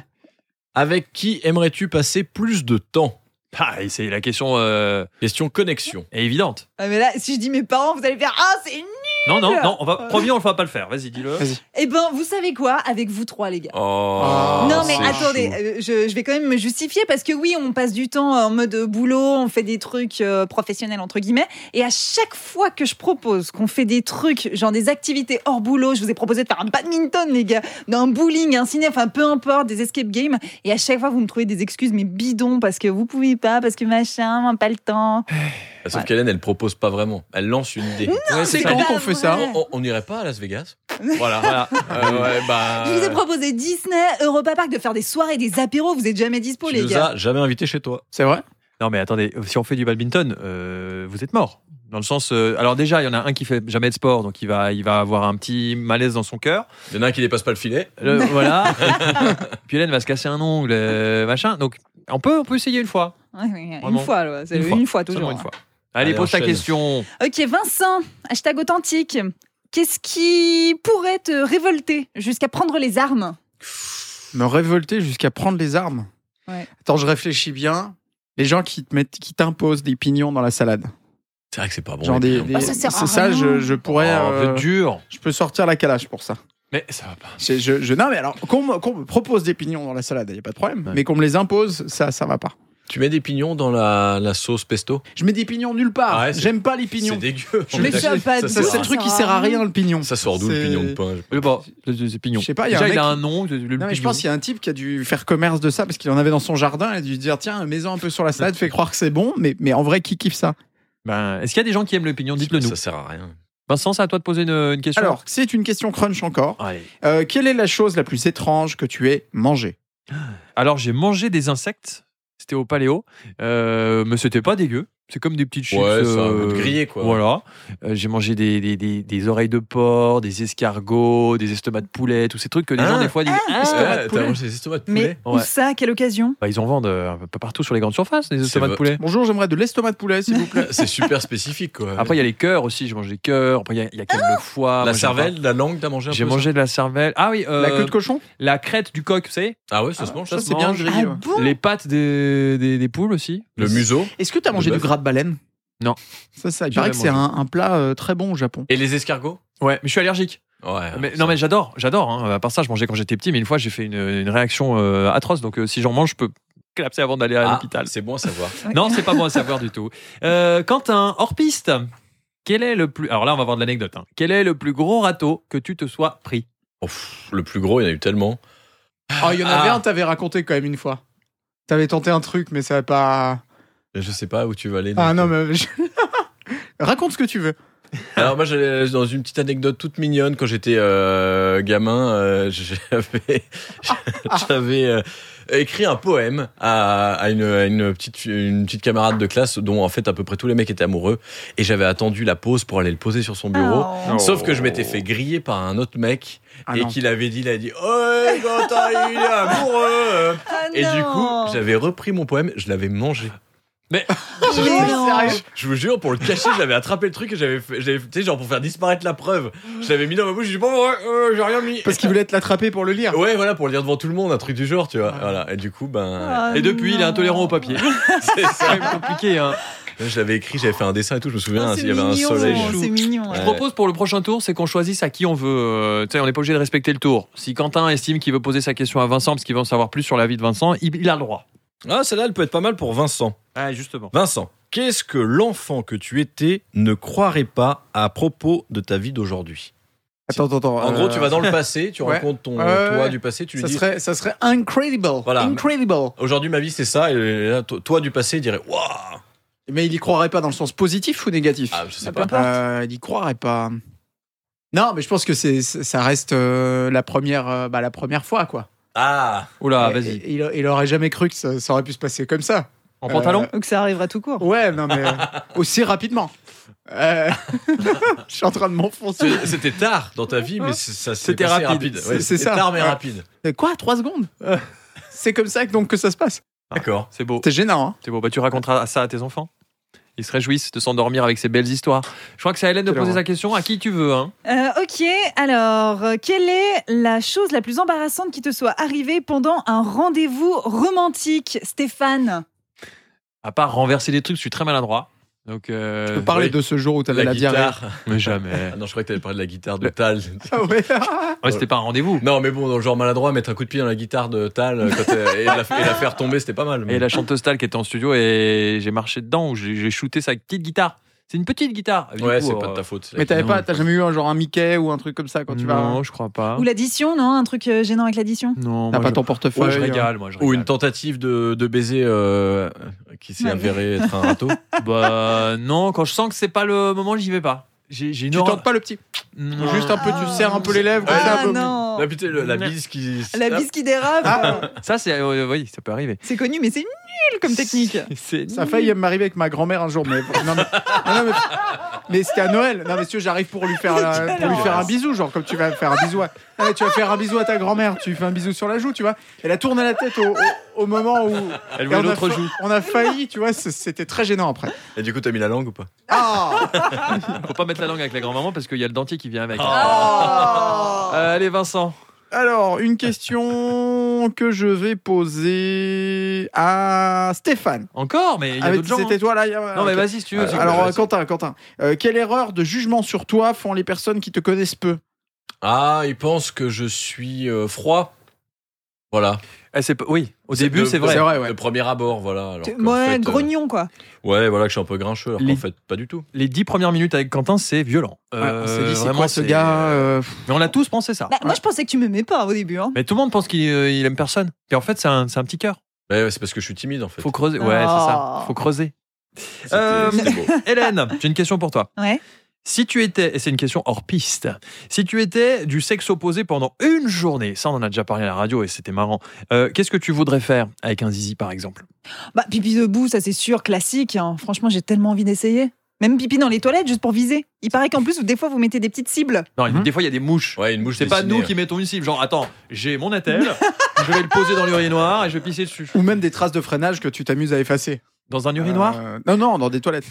[SPEAKER 3] Avec qui aimerais-tu passer plus de temps
[SPEAKER 4] Ah, et c'est la question euh,
[SPEAKER 3] Question connexion.
[SPEAKER 4] est évidente.
[SPEAKER 2] Ah, mais là, si je dis mes parents, vous allez faire Ah, c'est une.
[SPEAKER 4] Non, non, non, on va, promis, on le fera pas le faire. Vas-y, dis-le.
[SPEAKER 1] Vas-y.
[SPEAKER 2] Eh ben, vous savez quoi Avec vous trois, les gars.
[SPEAKER 3] Oh.
[SPEAKER 1] Ah,
[SPEAKER 2] non, mais
[SPEAKER 3] c'est
[SPEAKER 2] attendez,
[SPEAKER 3] chaud.
[SPEAKER 2] euh, je, je vais quand même me justifier parce que oui, on passe du temps en mode boulot, on fait des trucs euh, professionnels, entre guillemets. Et à chaque fois que je propose qu'on fait des trucs, genre des activités hors boulot, je vous ai proposé de faire un badminton, les gars, d'un bowling, un ciné, enfin peu importe, des escape games. Et à chaque fois, vous me trouvez des excuses, mais bidons, parce que vous pouvez pas, parce que machin, hein, pas le temps.
[SPEAKER 3] Ah, Sauf qu'Hélène, elle propose pas vraiment. Elle lance une idée.
[SPEAKER 4] Ouais,
[SPEAKER 1] c'est
[SPEAKER 4] ça.
[SPEAKER 1] quand
[SPEAKER 2] pas
[SPEAKER 1] qu'on fait ça
[SPEAKER 2] vrai.
[SPEAKER 3] On- On n'irait pas à Las Vegas
[SPEAKER 4] Voilà.
[SPEAKER 3] Voilà. Euh, ouais, bah.
[SPEAKER 2] Je vous ai proposé Disney, Europa Park, de faire des soirées, des apéros, vous êtes jamais dispo,
[SPEAKER 3] Tu
[SPEAKER 2] les
[SPEAKER 3] nous
[SPEAKER 2] gars.
[SPEAKER 3] as jamais invité chez toi.
[SPEAKER 1] C'est vrai
[SPEAKER 4] Non, mais attendez, si on fait du badminton, euh, vous êtes mort. Dans le sens. euh, alors, déjà, il y en a un qui fait jamais de sport, donc il va, il va avoir un petit malaise dans son cœur.
[SPEAKER 3] Il y en a un qui dépasse pas le filet.
[SPEAKER 4] Le- voilà. Puis Hélène va se casser un ongle, euh, machin. Donc, on peut, on peut essayer une fois.
[SPEAKER 2] Ouais, ouais, ouais, une
[SPEAKER 4] Vraiment.
[SPEAKER 2] fois, ouais, c'est
[SPEAKER 4] Une
[SPEAKER 2] une,
[SPEAKER 4] fois.
[SPEAKER 2] fois, toujours.
[SPEAKER 4] Seulement
[SPEAKER 2] hein.
[SPEAKER 4] une fois. Allez,
[SPEAKER 3] Allez,
[SPEAKER 4] pose ta
[SPEAKER 3] enchaîne.
[SPEAKER 4] question.
[SPEAKER 2] Ok, Vincent, hashtag authentique. Qu'est-ce qui pourrait te révolter jusqu'à prendre les armes
[SPEAKER 1] Me révolter jusqu'à prendre les armes.
[SPEAKER 2] Ouais.
[SPEAKER 1] Attends, je réfléchis bien. Les gens qui te mettent- qui t'imposent des pignons dans la salade.
[SPEAKER 3] C'est vrai que c'est pas bon.
[SPEAKER 1] Genre des.
[SPEAKER 3] les pignons.
[SPEAKER 1] des-
[SPEAKER 2] Ah, ça
[SPEAKER 1] c'est
[SPEAKER 2] sert à
[SPEAKER 1] ça,
[SPEAKER 2] rien.
[SPEAKER 1] je, je pourrais.
[SPEAKER 4] Oh, un
[SPEAKER 1] euh,
[SPEAKER 4] peu dur.
[SPEAKER 1] je peux sortir la calache pour ça.
[SPEAKER 4] Mais ça va pas.
[SPEAKER 1] Je, je- je- non, mais alors, qu'on me, qu'on me propose des pignons dans la salade, il n'y a pas de problème.
[SPEAKER 4] Ouais.
[SPEAKER 1] Mais qu'on me les impose, ça, ça va pas.
[SPEAKER 3] Tu mets des pignons dans la, la sauce pesto
[SPEAKER 1] Je mets des pignons nulle part.
[SPEAKER 3] Ah ouais, c'est-
[SPEAKER 1] J'aime pas les
[SPEAKER 3] C'est
[SPEAKER 1] pignons.
[SPEAKER 3] dégueu.
[SPEAKER 1] Je mets
[SPEAKER 2] Mais ça, pas
[SPEAKER 3] ça,
[SPEAKER 2] de-
[SPEAKER 1] Ça, c'est
[SPEAKER 3] sert
[SPEAKER 1] le
[SPEAKER 3] à-
[SPEAKER 1] truc qui sert à rien, le pignon.
[SPEAKER 3] ça sort d'où le
[SPEAKER 1] C'est-
[SPEAKER 3] pignon de pain
[SPEAKER 4] Mais bon, c'est- c'est c'est pignon.
[SPEAKER 1] Je sais pas, il y a
[SPEAKER 4] Déjà,
[SPEAKER 1] un
[SPEAKER 4] il
[SPEAKER 1] mec
[SPEAKER 4] a
[SPEAKER 1] qui-
[SPEAKER 4] un nom. le
[SPEAKER 1] Non, mais je
[SPEAKER 4] pignon.
[SPEAKER 1] pense qu'il y a un type qui a dû faire commerce de ça parce qu'il en avait dans son jardin et il a dû se dire tiens, mets-en un peu sur la salade, fais croire que c'est bon, mais, mais en vrai, qui kiffe ça
[SPEAKER 4] Ben, Est-ce qu'il y a des gens qui aiment le pignon Dites-le nous.
[SPEAKER 3] Ça sert à rien.
[SPEAKER 4] Vincent, c'est à toi de poser une, une question.
[SPEAKER 1] Alors, c'est une question crunch encore.
[SPEAKER 4] Allez.
[SPEAKER 1] Euh, quelle est la chose la plus étrange que tu aies mangée
[SPEAKER 4] Alors j'ai mangé des insectes. C'était au paléo, euh, mais c'était pas dégueu. C'est comme des petites chips.
[SPEAKER 3] Ouais, c'est un
[SPEAKER 4] euh,
[SPEAKER 3] goût de grillé, quoi.
[SPEAKER 4] Voilà. Euh, j'ai mangé des, des, des, des oreilles de porc, des escargots, des estomacs de poulet, tous ces trucs que les gens
[SPEAKER 3] Hein
[SPEAKER 4] des fois disent.
[SPEAKER 2] Ah,
[SPEAKER 4] Estomacs de
[SPEAKER 3] Ouais,
[SPEAKER 4] poulet.
[SPEAKER 3] T'as mangé des estomacs de
[SPEAKER 2] Mais
[SPEAKER 3] poulet
[SPEAKER 2] où
[SPEAKER 4] Ouais.
[SPEAKER 2] ça Quelle occasion
[SPEAKER 4] Bah, ils en vendent euh, un peu partout sur les grandes surfaces, les
[SPEAKER 3] C'est
[SPEAKER 4] estomacs de
[SPEAKER 3] vrai.
[SPEAKER 4] poulet.
[SPEAKER 1] Bonjour, j'aimerais de l'estomac de poulet, s'il vous plaît.
[SPEAKER 3] C'est super spécifique, quoi.
[SPEAKER 4] Après, il y a les cœurs aussi, je mange des cœurs. Après, il y a, il y a quand même le foie. Moi,
[SPEAKER 3] la
[SPEAKER 4] j'aime
[SPEAKER 3] cervelle, la langue, t'as mangé un
[SPEAKER 4] pas.
[SPEAKER 3] peu
[SPEAKER 4] J'ai
[SPEAKER 3] ça
[SPEAKER 4] mangé de la cervelle. Ah oui, euh,
[SPEAKER 1] La queue de cochon
[SPEAKER 4] la crête du coq, vous savez
[SPEAKER 3] Ah ouais, ça se mange.
[SPEAKER 4] ça
[SPEAKER 1] Ça,
[SPEAKER 4] se
[SPEAKER 1] c'est bien
[SPEAKER 4] mange.
[SPEAKER 1] grillé.
[SPEAKER 2] Ah
[SPEAKER 1] ouais.
[SPEAKER 2] bon
[SPEAKER 4] Les pattes des, des, des poules aussi.
[SPEAKER 3] Le museau.
[SPEAKER 1] Est-ce que tu as
[SPEAKER 3] Le
[SPEAKER 1] mangé du
[SPEAKER 3] bœuf.
[SPEAKER 1] gras de baleine
[SPEAKER 4] Non.
[SPEAKER 1] Ça, ça, il
[SPEAKER 4] Jamais
[SPEAKER 1] paraît que c'est
[SPEAKER 4] mangé.
[SPEAKER 1] un, un plat euh, très bon au Japon.
[SPEAKER 3] Et les escargots
[SPEAKER 4] Ouais, mais je suis allergique.
[SPEAKER 3] Ouais.
[SPEAKER 4] Mais,
[SPEAKER 3] ça-
[SPEAKER 4] non mais j'adore, j'adore. Hein. À part ça, je mangeais quand j'étais petit, mais une fois j'ai fait une, une réaction euh, atroce. Donc euh, si j'en mange, je peux collapser avant d'aller à
[SPEAKER 3] Ah,
[SPEAKER 4] l'hôpital.
[SPEAKER 3] C'est bon à savoir.
[SPEAKER 4] Non, c'est pas bon à savoir du tout. Euh, Quentin, hors piste, quel est le plus Alors là, on va voir de l'anecdote. hein. Quel est le plus gros râteau que tu te sois pris
[SPEAKER 3] Ouf, le plus gros, il y en a eu tellement.
[SPEAKER 1] Oh, il y en avait
[SPEAKER 4] Ah.
[SPEAKER 1] un, t'avais raconté quand même une fois. T'avais tenté un truc, mais ça n'a pas.
[SPEAKER 3] Je sais pas où tu vas aller.
[SPEAKER 1] Ah
[SPEAKER 3] donc,
[SPEAKER 1] non,
[SPEAKER 3] euh.
[SPEAKER 1] mais. je- Raconte ce que tu veux.
[SPEAKER 3] Alors moi, j'allais dans une petite anecdote toute mignonne quand j'étais euh, gamin. euh, J'avais, j'avais euh, écrit un poème à, à une, à une petite, une petite camarade de classe dont en fait à peu près tous les mecs étaient amoureux. Et j'avais attendu la pause pour aller le poser sur son bureau.
[SPEAKER 2] Oh.
[SPEAKER 3] Sauf que je m'étais fait griller par un autre mec
[SPEAKER 1] Ah
[SPEAKER 3] et
[SPEAKER 1] non.
[SPEAKER 3] qu'il avait dit, il a dit, ouais, Quentin, il est amoureux.
[SPEAKER 2] Ah
[SPEAKER 3] Et du
[SPEAKER 2] non.
[SPEAKER 3] coup, j'avais repris mon poème, je l'avais mangé.
[SPEAKER 1] Je-
[SPEAKER 2] Non.
[SPEAKER 1] Sérieux,
[SPEAKER 3] Je vous jure, pour le cacher, j'avais attrapé le truc et j'avais, fait- j'avais, tu sais, genre pour faire disparaître la preuve, je l'avais mis dans ma bouche. J'ai dit bon, ouais, euh, j'ai rien mis.
[SPEAKER 1] Parce qu'il voulait te l'attraper pour le lire.
[SPEAKER 3] Ouais, voilà, pour le dire devant tout le monde, un truc du genre, tu vois.
[SPEAKER 1] Ah.
[SPEAKER 3] Voilà. Et du coup, ben,
[SPEAKER 2] Ah
[SPEAKER 4] Et depuis, il est
[SPEAKER 2] non.
[SPEAKER 4] intolérant au papier.
[SPEAKER 3] c'est
[SPEAKER 4] C'est
[SPEAKER 3] ça.
[SPEAKER 4] quand même compliqué. Hein.
[SPEAKER 3] Je l'avais écrit, j'avais fait un dessin et tout. Je me souviens,
[SPEAKER 2] Ah,
[SPEAKER 3] hein,
[SPEAKER 2] c'est
[SPEAKER 3] s'il y avait un
[SPEAKER 2] mignon,
[SPEAKER 3] soleil.
[SPEAKER 4] je joue.
[SPEAKER 2] C'est mignon.
[SPEAKER 3] Ouais.
[SPEAKER 4] Je propose pour le prochain tour, c'est qu'on choisisse à qui on veut. euh, tu sais, on n'est pas obligé de respecter le tour. Si Quentin estime qu'il veut poser sa question à Vincent parce qu'il veut en savoir plus sur la vie de Vincent, il, il a le droit.
[SPEAKER 3] Ah, celle-là, elle peut être pas mal pour Vincent.
[SPEAKER 4] Ah justement.
[SPEAKER 3] Vincent, qu'est-ce que l'enfant que tu étais ne croirait pas à propos de ta vie d'aujourd'hui
[SPEAKER 1] Attends, attends, attends.
[SPEAKER 3] En
[SPEAKER 1] euh,
[SPEAKER 3] gros, tu vas dans le passé, tu
[SPEAKER 1] ouais.
[SPEAKER 3] racontes ton
[SPEAKER 1] Ouais, ouais,
[SPEAKER 3] toi
[SPEAKER 1] ouais.
[SPEAKER 3] du passé, tu lui
[SPEAKER 1] Ça
[SPEAKER 3] dis
[SPEAKER 1] serait, ça serait incredible.
[SPEAKER 3] Voilà.
[SPEAKER 1] Incredible.
[SPEAKER 3] Aujourd'hui, ma vie, c'est ça. Et là, to- toi, du passé, dirais Waouh
[SPEAKER 1] Mais il y croirait pas dans le sens positif ou négatif
[SPEAKER 3] Ah, je sais
[SPEAKER 2] Ah,
[SPEAKER 3] pas.
[SPEAKER 2] peu importe.
[SPEAKER 1] Euh, Il y croirait pas. Non, mais je pense que c'est, c'est- ça reste euh, la première, euh, bah, la première fois quoi.
[SPEAKER 3] Ah
[SPEAKER 4] Oula,
[SPEAKER 1] Et-
[SPEAKER 4] vas-y.
[SPEAKER 1] et- Il, il aurait jamais cru que ça, ça aurait pu se passer comme ça.
[SPEAKER 4] En pantalon.
[SPEAKER 2] Ou que ça arrivera tout court.
[SPEAKER 1] Ouais, non mais euh, aussi rapidement. Euh, je suis en train de m'enfoncer.
[SPEAKER 3] C'est- C'était tard dans ta vie, mais c'est- ça s'est
[SPEAKER 4] C'était
[SPEAKER 3] passé
[SPEAKER 4] rapide.
[SPEAKER 3] Ouais,
[SPEAKER 1] C'est- c'est
[SPEAKER 3] c'était
[SPEAKER 1] ça.
[SPEAKER 3] tard, mais
[SPEAKER 1] Ouais.
[SPEAKER 3] rapide.
[SPEAKER 1] Mais Quoi, trois secondes Euh, C'est comme ça que, donc que ça se passe.
[SPEAKER 3] euh, D'accord.
[SPEAKER 4] C'est beau.
[SPEAKER 1] C'est gênant. Hein
[SPEAKER 4] C'est beau. Bah, tu raconteras ça à tes enfants. Ils se réjouissent de s'endormir avec ces belles histoires. Je crois que c'est à Hélène de
[SPEAKER 1] Quelle
[SPEAKER 4] poser
[SPEAKER 1] horreur.
[SPEAKER 4] sa question à qui tu veux. Hein.
[SPEAKER 2] Euh, ok, alors, euh, quelle est la chose la plus embarrassante qui te soit arrivée pendant un rendez-vous romantique, Stéphane
[SPEAKER 4] À part renverser des trucs, je suis très maladroit. Donc, euh,
[SPEAKER 1] Je peux parler
[SPEAKER 3] oui.
[SPEAKER 1] de ce jour où t'avais la, diarrhée.
[SPEAKER 3] guitare.
[SPEAKER 4] Mais jamais.
[SPEAKER 3] Ah non, je croyais que t'avais parlé de la guitare de
[SPEAKER 4] Le-
[SPEAKER 3] Tal.
[SPEAKER 1] Ah ouais.
[SPEAKER 4] Ouais, c'était pas un rendez-vous.
[SPEAKER 3] Non, mais bon, dans le genre maladroit, mettre un coup de pied dans la guitare de Tal euh, quand, euh, et, la, et la faire tomber, c'était pas mal. mais-
[SPEAKER 4] Et la chanteuse Tal qui était en studio et j'ai marché dedans où j'ai j'ai shooté sa petite guitare. C'est une petite guitare. Du
[SPEAKER 3] Ouais,
[SPEAKER 4] coup,
[SPEAKER 3] c'est
[SPEAKER 4] euh,
[SPEAKER 3] pas de ta faute.
[SPEAKER 1] Mais t'avais
[SPEAKER 4] Non,
[SPEAKER 1] pas, t'as jamais eu un genre un Mickey ou un truc comme ça quand tu vas.
[SPEAKER 4] Non, je crois pas.
[SPEAKER 2] Ou l'addition, non Un truc euh, gênant avec l'addition
[SPEAKER 4] Non,
[SPEAKER 1] T'as
[SPEAKER 4] moi,
[SPEAKER 1] pas
[SPEAKER 4] je...
[SPEAKER 1] ton portefeuille.
[SPEAKER 4] Ouais, je
[SPEAKER 1] euh.
[SPEAKER 4] régale, moi, je
[SPEAKER 3] Ou
[SPEAKER 4] régale.
[SPEAKER 3] une tentative de, de baiser euh, qui s'est
[SPEAKER 2] Ouais.
[SPEAKER 3] avérée être un râteau.
[SPEAKER 4] Bah non, quand je sens que c'est pas le moment, j'y vais pas. J'ai j'ai une
[SPEAKER 1] Tu
[SPEAKER 4] horreur-
[SPEAKER 1] tentes pas le petit.
[SPEAKER 4] Non.
[SPEAKER 1] Juste un peu, tu
[SPEAKER 2] Ah.
[SPEAKER 1] serres un peu les lèvres. comme ça,
[SPEAKER 2] Ah
[SPEAKER 1] un peu.
[SPEAKER 2] non
[SPEAKER 3] Ah, putain, le- la bise qui. Ah,
[SPEAKER 2] La bise qui dérape euh,
[SPEAKER 4] Ça, c'est. euh, oui, ça peut arriver.
[SPEAKER 2] C'est connu, mais c'est nul comme technique
[SPEAKER 4] C'est-
[SPEAKER 1] Ça a failli m'arriver avec ma grand-mère un jour, mais non, mais, non, mais, mais c'était à Noël. Non, mais si tu veux, j'arrive pour lui faire euh, pour lui faire un bisou, genre comme tu vas faire un bisou. À... Non, mais tu vas faire un bisou à ta grand-mère, tu lui fais un bisou sur la joue, tu vois. Elle a tourné la tête au, au- au moment où
[SPEAKER 4] Elle
[SPEAKER 1] Et
[SPEAKER 4] voulait
[SPEAKER 1] on a
[SPEAKER 4] l'autre
[SPEAKER 1] fa-
[SPEAKER 4] joue.
[SPEAKER 1] On a failli, tu vois, c'est- c'était très gênant après.
[SPEAKER 3] Et du coup, t'as mis la langue ou pas
[SPEAKER 1] Ah
[SPEAKER 4] Faut pas mettre la langue avec la grand-maman parce qu'il y a le dentier qui vient avec.
[SPEAKER 1] Oh. Ah
[SPEAKER 4] Euh, allez, Vincent.
[SPEAKER 1] Alors, une question que je vais poser à Stéphane.
[SPEAKER 4] Encore, mais il y a
[SPEAKER 1] Avec
[SPEAKER 4] d'autres gens.
[SPEAKER 1] Ah, c'était
[SPEAKER 4] hein.
[SPEAKER 1] toi là. il y a-
[SPEAKER 4] Non, mais
[SPEAKER 1] ok.
[SPEAKER 4] vas-y si tu veux.
[SPEAKER 3] Euh,
[SPEAKER 4] c'est-
[SPEAKER 1] Alors, euh, Quentin, Quentin, euh, quelle erreur de jugement sur toi font les personnes qui te connaissent peu
[SPEAKER 3] Ah, il pense que je suis euh, froid. Voilà.
[SPEAKER 4] Eh, c'est pas- Oui, au
[SPEAKER 3] C'est
[SPEAKER 4] début,
[SPEAKER 3] de-
[SPEAKER 4] c'est vrai.
[SPEAKER 1] C'est vrai, ouais.
[SPEAKER 3] Le premier abord, voilà. alors
[SPEAKER 2] Tu-
[SPEAKER 3] qu'en
[SPEAKER 2] Ouais,
[SPEAKER 3] fait, euh,
[SPEAKER 2] grognon quoi
[SPEAKER 3] Ouais, voilà, que je suis un peu grincheux, alors
[SPEAKER 4] Les-
[SPEAKER 3] qu'en fait, pas du tout.
[SPEAKER 4] Les dix premières minutes avec Quentin, c'est violent. Euh,
[SPEAKER 1] Ouais, On s'est dit, c'est
[SPEAKER 4] vraiment,
[SPEAKER 1] quoi ce
[SPEAKER 4] c'est-
[SPEAKER 1] gars euh, pff,
[SPEAKER 4] Mais on a tous pensé ça.
[SPEAKER 2] Bah, Moi je pensais que tu m'aimais pas au début hein.
[SPEAKER 4] Mais tout le monde pense qu'il euh, il aime personne. Et en fait, c'est un, c'est un petit cœur.
[SPEAKER 3] Ouais, ouais, c'est parce que je suis timide, en fait.
[SPEAKER 4] Faut creuser. Ouais, c'est ça.
[SPEAKER 2] Oh.
[SPEAKER 4] Faut creuser.
[SPEAKER 3] C'était
[SPEAKER 4] Euh,
[SPEAKER 3] c'était beau.
[SPEAKER 4] Hélène, j'ai une question pour toi.
[SPEAKER 2] Ouais
[SPEAKER 4] Si tu étais, et c'est une question hors piste, si tu étais du sexe opposé pendant une journée, ça on en a déjà parlé à la radio et c'était marrant, euh, qu'est-ce que tu voudrais faire avec un zizi par exemple
[SPEAKER 2] Bah, pipi debout, ça c'est sûr, classique. hein. Franchement, j'ai tellement envie d'essayer. Même pipi dans les toilettes, juste pour viser. Il paraît qu'en plus, des fois, vous mettez des petites cibles.
[SPEAKER 4] Non,
[SPEAKER 1] Mhm.
[SPEAKER 4] des fois il y a des mouches.
[SPEAKER 3] Ouais, une mouche
[SPEAKER 4] C'est pas
[SPEAKER 3] dessinée.
[SPEAKER 4] nous qui mettons une cible, genre attends, j'ai mon attel, je vais le poser dans l'urinoir et je vais pisser dessus.
[SPEAKER 1] Ou même des traces de freinage que tu t'amuses à effacer.
[SPEAKER 4] Dans un urinoir
[SPEAKER 1] Euh, Non, non, dans des toilettes.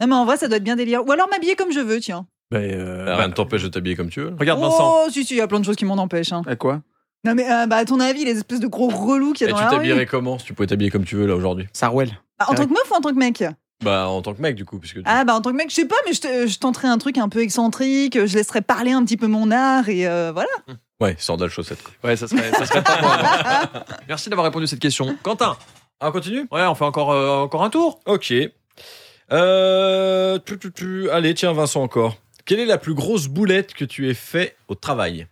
[SPEAKER 2] Non, mais en vrai, ça doit être bien délire. Ou alors m'habiller comme je veux, tiens.
[SPEAKER 4] Ben, euh,
[SPEAKER 3] hein. Rien
[SPEAKER 4] bah,
[SPEAKER 3] ne t'empêche de t'habiller comme tu veux.
[SPEAKER 4] Regarde Vincent.
[SPEAKER 2] Oh, si, si, il y a plein de choses qui m'en empêchent. hein.
[SPEAKER 1] À quoi
[SPEAKER 2] Non, mais euh, bah, à ton avis, les espèces de gros relous qu'il
[SPEAKER 3] Et
[SPEAKER 2] y a
[SPEAKER 3] tu
[SPEAKER 2] dans la
[SPEAKER 3] t'habillerais
[SPEAKER 2] rue.
[SPEAKER 3] comment si tu pouvais t'habiller comme tu veux là aujourd'hui
[SPEAKER 1] Sarwell.
[SPEAKER 2] Ah, en tant que meuf ou en tant que mec
[SPEAKER 3] Bah en tant que mec du coup, puisque tu-
[SPEAKER 2] Ah, bah, en tant que mec, je sais pas, mais je, te- je tenterai un truc un peu excentrique, je laisserai parler un petit peu mon art et euh, voilà.
[SPEAKER 3] ouais, sandales chaussettes. quoi.
[SPEAKER 4] Ouais, ça serait, ça serait pas moi. Merci d'avoir répondu à cette question. Quentin,
[SPEAKER 3] Ah, on continue
[SPEAKER 4] ouais, on fait encore, euh, encore un tour.
[SPEAKER 3] Ok. Euh... tu, tu, tu. Allez, tiens Vincent encore. Quelle est la plus grosse boulette que tu aies fait au travail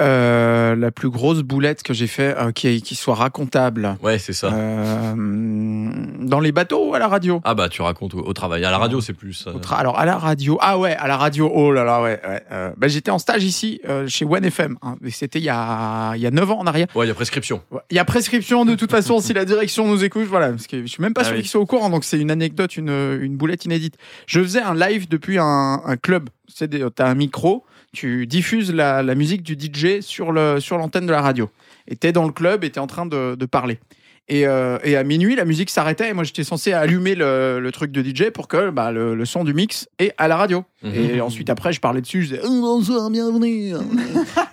[SPEAKER 1] Euh, la plus grosse boulette que j'ai fait, euh, qui, qui soit racontable.
[SPEAKER 3] Ouais, c'est
[SPEAKER 4] Ah.
[SPEAKER 3] ça.
[SPEAKER 1] Euh, dans les bateaux ou à la radio
[SPEAKER 3] Ah bah tu racontes au, au travail. À la radio, c'est plus. euh,
[SPEAKER 1] Au tra- Alors à la radio, ah ouais, à la radio, oh là là, ouais. ouais, euh, bah, J'étais en stage ici, euh, chez OneFM, FM, hein, mais c'était il y a, il y a 9 ans en arrière.
[SPEAKER 3] Ouais, il y a prescription.
[SPEAKER 1] Ouais, Il y a prescription de toute façon si la direction nous écoute, voilà, parce que je suis même pas
[SPEAKER 4] Ah
[SPEAKER 1] sûr
[SPEAKER 4] oui.
[SPEAKER 1] qu'ils soient au courant, donc c'est une anecdote, une, une boulette inédite. Je faisais un live depuis un, un club, c'est des- t'as un micro, tu diffuses la, la musique du DJ sur le sur l'antenne de la radio, et t'es dans le club et t'es en train de, de parler. Et, euh, et à minuit, la musique s'arrêtait et moi j'étais censé allumer le, le truc de DJ pour que bah, le, le son du mix est à la radio.
[SPEAKER 3] Mhm.
[SPEAKER 1] Et ensuite, après, je parlais dessus, je disais Oh, bonsoir, bienvenue.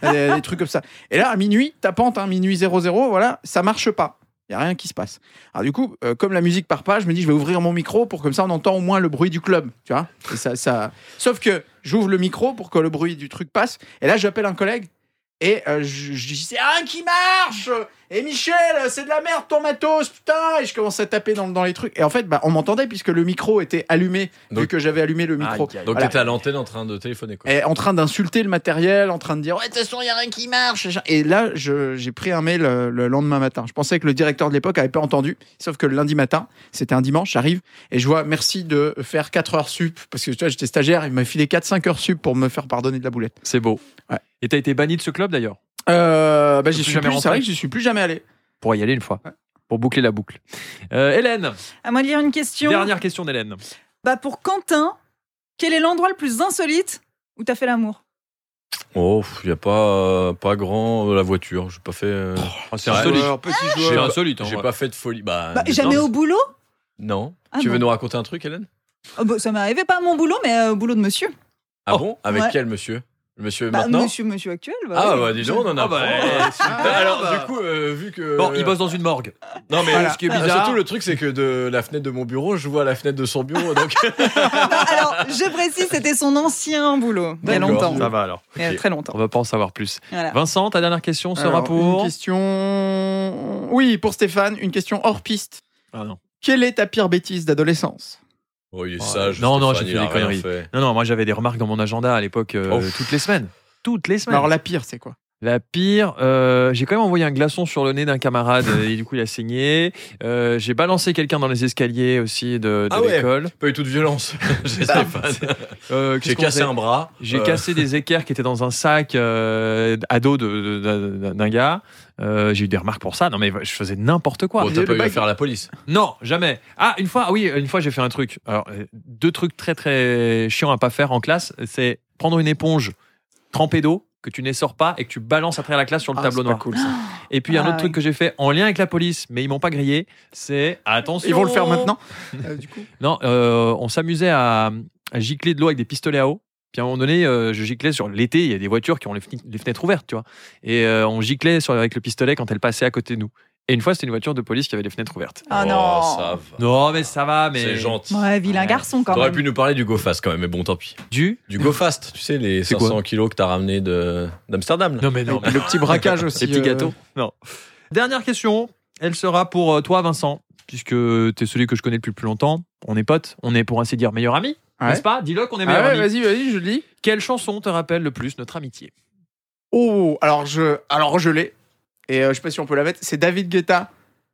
[SPEAKER 1] Euh, des, des trucs comme ça. Et là, à minuit, tapante, hein, minuit 00, voilà, ça marche pas. Il n'y a rien qui se passe. Alors, du coup, euh, comme la musique part pas, je me dis, je vais ouvrir mon micro pour comme ça, on entend au moins le bruit du club. Tu vois Et ça, ça... Sauf que j'ouvre le micro pour que le bruit du truc passe. Et là, j'appelle un collègue. Et euh, je, je dis, c'est un qui marche Et Michel, c'est de la merde ton matos, putain Et je commence à taper dans, dans les trucs. Et en fait, bah, on m'entendait puisque le micro était allumé, vu
[SPEAKER 3] Donc- Ah,
[SPEAKER 1] que j'avais allumé le micro.
[SPEAKER 3] Donc
[SPEAKER 1] Voilà.
[SPEAKER 3] t'étais à l'antenne en train de téléphoner quoi.
[SPEAKER 1] Et en train d'insulter le matériel, en train de dire ouais de toute façon il y a rien qui marche. Et là je- j'ai pris un mail euh, le lendemain matin. Je pensais que le directeur de l'époque avait pas entendu, sauf que le lundi matin, c'était un dimanche, j'arrive et je vois merci de faire 4 heures sup parce que tu vois j'étais stagiaire, il m'a filé 4 5 heures sup pour me faire pardonner de la boulette.
[SPEAKER 4] C'est beau.
[SPEAKER 1] Ouais.
[SPEAKER 4] Et t'as été banni de ce club d'ailleurs
[SPEAKER 1] Euh, bah
[SPEAKER 4] T'es
[SPEAKER 1] j'y
[SPEAKER 4] plus
[SPEAKER 1] suis
[SPEAKER 4] jamais
[SPEAKER 1] plus, c'est
[SPEAKER 4] rentré
[SPEAKER 1] vrai que j'y suis plus jamais allé.
[SPEAKER 4] Pour y aller une fois. Pour boucler la boucle. Euh, Hélène,
[SPEAKER 2] À moi de lire une question.
[SPEAKER 4] dernière question d'Hélène.
[SPEAKER 2] Bah, pour Quentin, quel est l'endroit le plus insolite où t'as fait l'amour
[SPEAKER 3] Oh, il y a pas euh, pas grand euh, la voiture. J'ai pas fait. euh,
[SPEAKER 4] Oh, c'est Ah,
[SPEAKER 3] Ouais.
[SPEAKER 4] insolite.
[SPEAKER 1] Joueur, petit
[SPEAKER 4] C'est
[SPEAKER 1] joueur.
[SPEAKER 4] insolite. en
[SPEAKER 3] J'ai
[SPEAKER 4] vrai.
[SPEAKER 3] pas fait de folie. Bah,
[SPEAKER 2] Bah,
[SPEAKER 3] des
[SPEAKER 2] Jamais
[SPEAKER 3] dindes.
[SPEAKER 2] au boulot
[SPEAKER 3] Non.
[SPEAKER 2] Ah
[SPEAKER 3] tu veux
[SPEAKER 2] bon.
[SPEAKER 3] nous raconter un truc, Hélène
[SPEAKER 2] Oh, bah, Ça m'est arrivé pas à mon boulot, mais euh, au boulot de monsieur.
[SPEAKER 3] Ah
[SPEAKER 4] Oh.
[SPEAKER 3] bon Avec
[SPEAKER 2] Ouais.
[SPEAKER 3] quel monsieur Le monsieur
[SPEAKER 2] Bah,
[SPEAKER 3] maintenant
[SPEAKER 2] monsieur, monsieur actuel. bah
[SPEAKER 3] Ah
[SPEAKER 2] oui.
[SPEAKER 3] bah dis donc, on en a.
[SPEAKER 4] Ah, bah, eh, super.
[SPEAKER 3] Alors
[SPEAKER 4] bah.
[SPEAKER 3] du coup, euh, vu que
[SPEAKER 4] Bon, il bosse dans une morgue.
[SPEAKER 3] Non mais
[SPEAKER 1] Voilà.
[SPEAKER 4] Ce qui est
[SPEAKER 3] Ah,
[SPEAKER 4] bizarre.
[SPEAKER 3] Surtout le truc c'est que de la fenêtre de mon bureau, je vois la fenêtre de son bureau. Donc
[SPEAKER 2] Ah bah, alors, je précise, c'était son ancien boulot, il y a
[SPEAKER 3] D'accord. Ah,
[SPEAKER 2] longtemps.
[SPEAKER 4] Ça va alors.
[SPEAKER 2] Il y a
[SPEAKER 3] Ok. Oh,
[SPEAKER 2] très longtemps.
[SPEAKER 4] On va pas en savoir plus.
[SPEAKER 1] Ah.
[SPEAKER 2] Voilà.
[SPEAKER 4] Vincent, ta dernière question sera
[SPEAKER 1] Alors,
[SPEAKER 4] pour.
[SPEAKER 1] une question Oui, pour Stéphane, une question hors piste.
[SPEAKER 4] Ah, non.
[SPEAKER 1] Quelle est ta pire bêtise d'adolescence
[SPEAKER 3] Oh, il est
[SPEAKER 4] Ouais.
[SPEAKER 3] sage.
[SPEAKER 4] Non, non,
[SPEAKER 3] Stéphane, il
[SPEAKER 4] j'ai fait
[SPEAKER 3] a
[SPEAKER 4] des
[SPEAKER 3] rien
[SPEAKER 4] conneries.
[SPEAKER 3] fait.
[SPEAKER 4] non, non, moi j'avais des remarques dans mon agenda à l'époque euh,
[SPEAKER 3] Ouf.
[SPEAKER 4] toutes les semaines. Toutes les semaines.
[SPEAKER 1] Alors la pire c'est quoi
[SPEAKER 4] La pire, euh, j'ai quand même envoyé un glaçon sur le nez d'un camarade euh, et du coup il a saigné. Euh, j'ai balancé quelqu'un dans les escaliers aussi de, de
[SPEAKER 3] Ah ouais.
[SPEAKER 4] l'école.
[SPEAKER 3] Pas eu toute violence. J'ai
[SPEAKER 1] Bah,
[SPEAKER 3] Stéphane.
[SPEAKER 4] Euh, qu'est-ce
[SPEAKER 3] J'ai
[SPEAKER 4] qu'on
[SPEAKER 3] cassé
[SPEAKER 4] faisait
[SPEAKER 3] un bras.
[SPEAKER 4] J'ai
[SPEAKER 3] Euh,
[SPEAKER 4] cassé des équerres qui étaient dans un sac euh, à dos de- de- de- de- d'un gars. Euh, j'ai eu des remarques pour ça. Non mais je faisais n'importe quoi.
[SPEAKER 3] Bon, t'as
[SPEAKER 1] Le
[SPEAKER 3] pas eu à
[SPEAKER 1] bac-
[SPEAKER 3] faire la police.
[SPEAKER 4] Non, jamais. Ah, une fois, ah oui, une fois j'ai fait un truc. Alors, euh, deux trucs très très chiants à pas faire en classe, c'est prendre une éponge trempée d'eau que tu n'essors pas et que tu balances à travers la classe sur le
[SPEAKER 1] Ah,
[SPEAKER 4] tableau
[SPEAKER 1] c'est pas
[SPEAKER 4] noir.
[SPEAKER 1] cool, ça.
[SPEAKER 4] Et puis un
[SPEAKER 2] Ah
[SPEAKER 4] autre
[SPEAKER 2] oui.
[SPEAKER 4] truc que j'ai fait en lien avec la police, mais ils m'ont pas grillé, c'est attention.
[SPEAKER 1] Ils vont le faire maintenant. du coup.
[SPEAKER 4] Non, euh, on s'amusait à, à gicler de l'eau avec des pistolets à eau. Puis à un moment donné, euh, je giclais sur l'été, il y a des voitures qui ont les, feni- les fenêtres ouvertes, tu vois. Et euh, on giclait sur, avec le pistolet quand elle passait à côté de nous. Et une fois, c'était une voiture de police qui avait les fenêtres ouvertes.
[SPEAKER 2] Ah
[SPEAKER 3] Oh,
[SPEAKER 2] non.
[SPEAKER 3] ça va.
[SPEAKER 4] Non, mais ça va, mais.
[SPEAKER 3] C'est gentil.
[SPEAKER 2] Ouais, vilain
[SPEAKER 4] Ouais.
[SPEAKER 2] garçon quand
[SPEAKER 3] T'aurais
[SPEAKER 2] même.
[SPEAKER 3] pu nous parler du Go Fast quand même, mais bon, tant pis.
[SPEAKER 4] Du.
[SPEAKER 3] Du Go Fast, tu sais, les
[SPEAKER 4] C'est quoi
[SPEAKER 3] 500 kilos que t'as ramené de- d'Amsterdam. là.
[SPEAKER 4] Non, mais non.
[SPEAKER 1] Le petit braquage aussi.
[SPEAKER 4] Les petits
[SPEAKER 1] euh,
[SPEAKER 4] gâteaux. Non. Dernière question. Elle sera pour euh, toi, Vincent, puisque tu es celui que je connais depuis plus longtemps. On est potes. On est, pour ainsi dire, meilleur ami.
[SPEAKER 1] Ouais.
[SPEAKER 4] N'est-ce pas Dis-le qu'on est meilleur
[SPEAKER 1] Ah ouais,
[SPEAKER 4] ami.
[SPEAKER 1] vas-y, vas-y, je lis.
[SPEAKER 4] Quelle chanson te rappelle le plus notre amitié
[SPEAKER 1] Oh, alors je, alors je l'ai. Et euh, je sais pas si on peut la mettre. C'est David Guetta,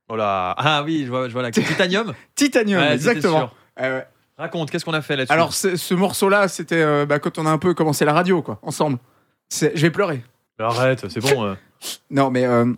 [SPEAKER 4] Oh là Ah oui, je vois, je vois la Titanium
[SPEAKER 1] Titanium,
[SPEAKER 4] Ouais, c'était
[SPEAKER 1] exactement.
[SPEAKER 4] sûr.
[SPEAKER 1] Ah ouais.
[SPEAKER 4] Raconte, qu'est-ce qu'on a fait là-dessus
[SPEAKER 1] Alors, ce, ce morceau-là, c'était euh, bah, quand on a un peu commencé la radio, quoi, ensemble. C'est- Je vais pleurer.
[SPEAKER 4] arrête, c'est bon. euh.
[SPEAKER 1] Non, mais euh,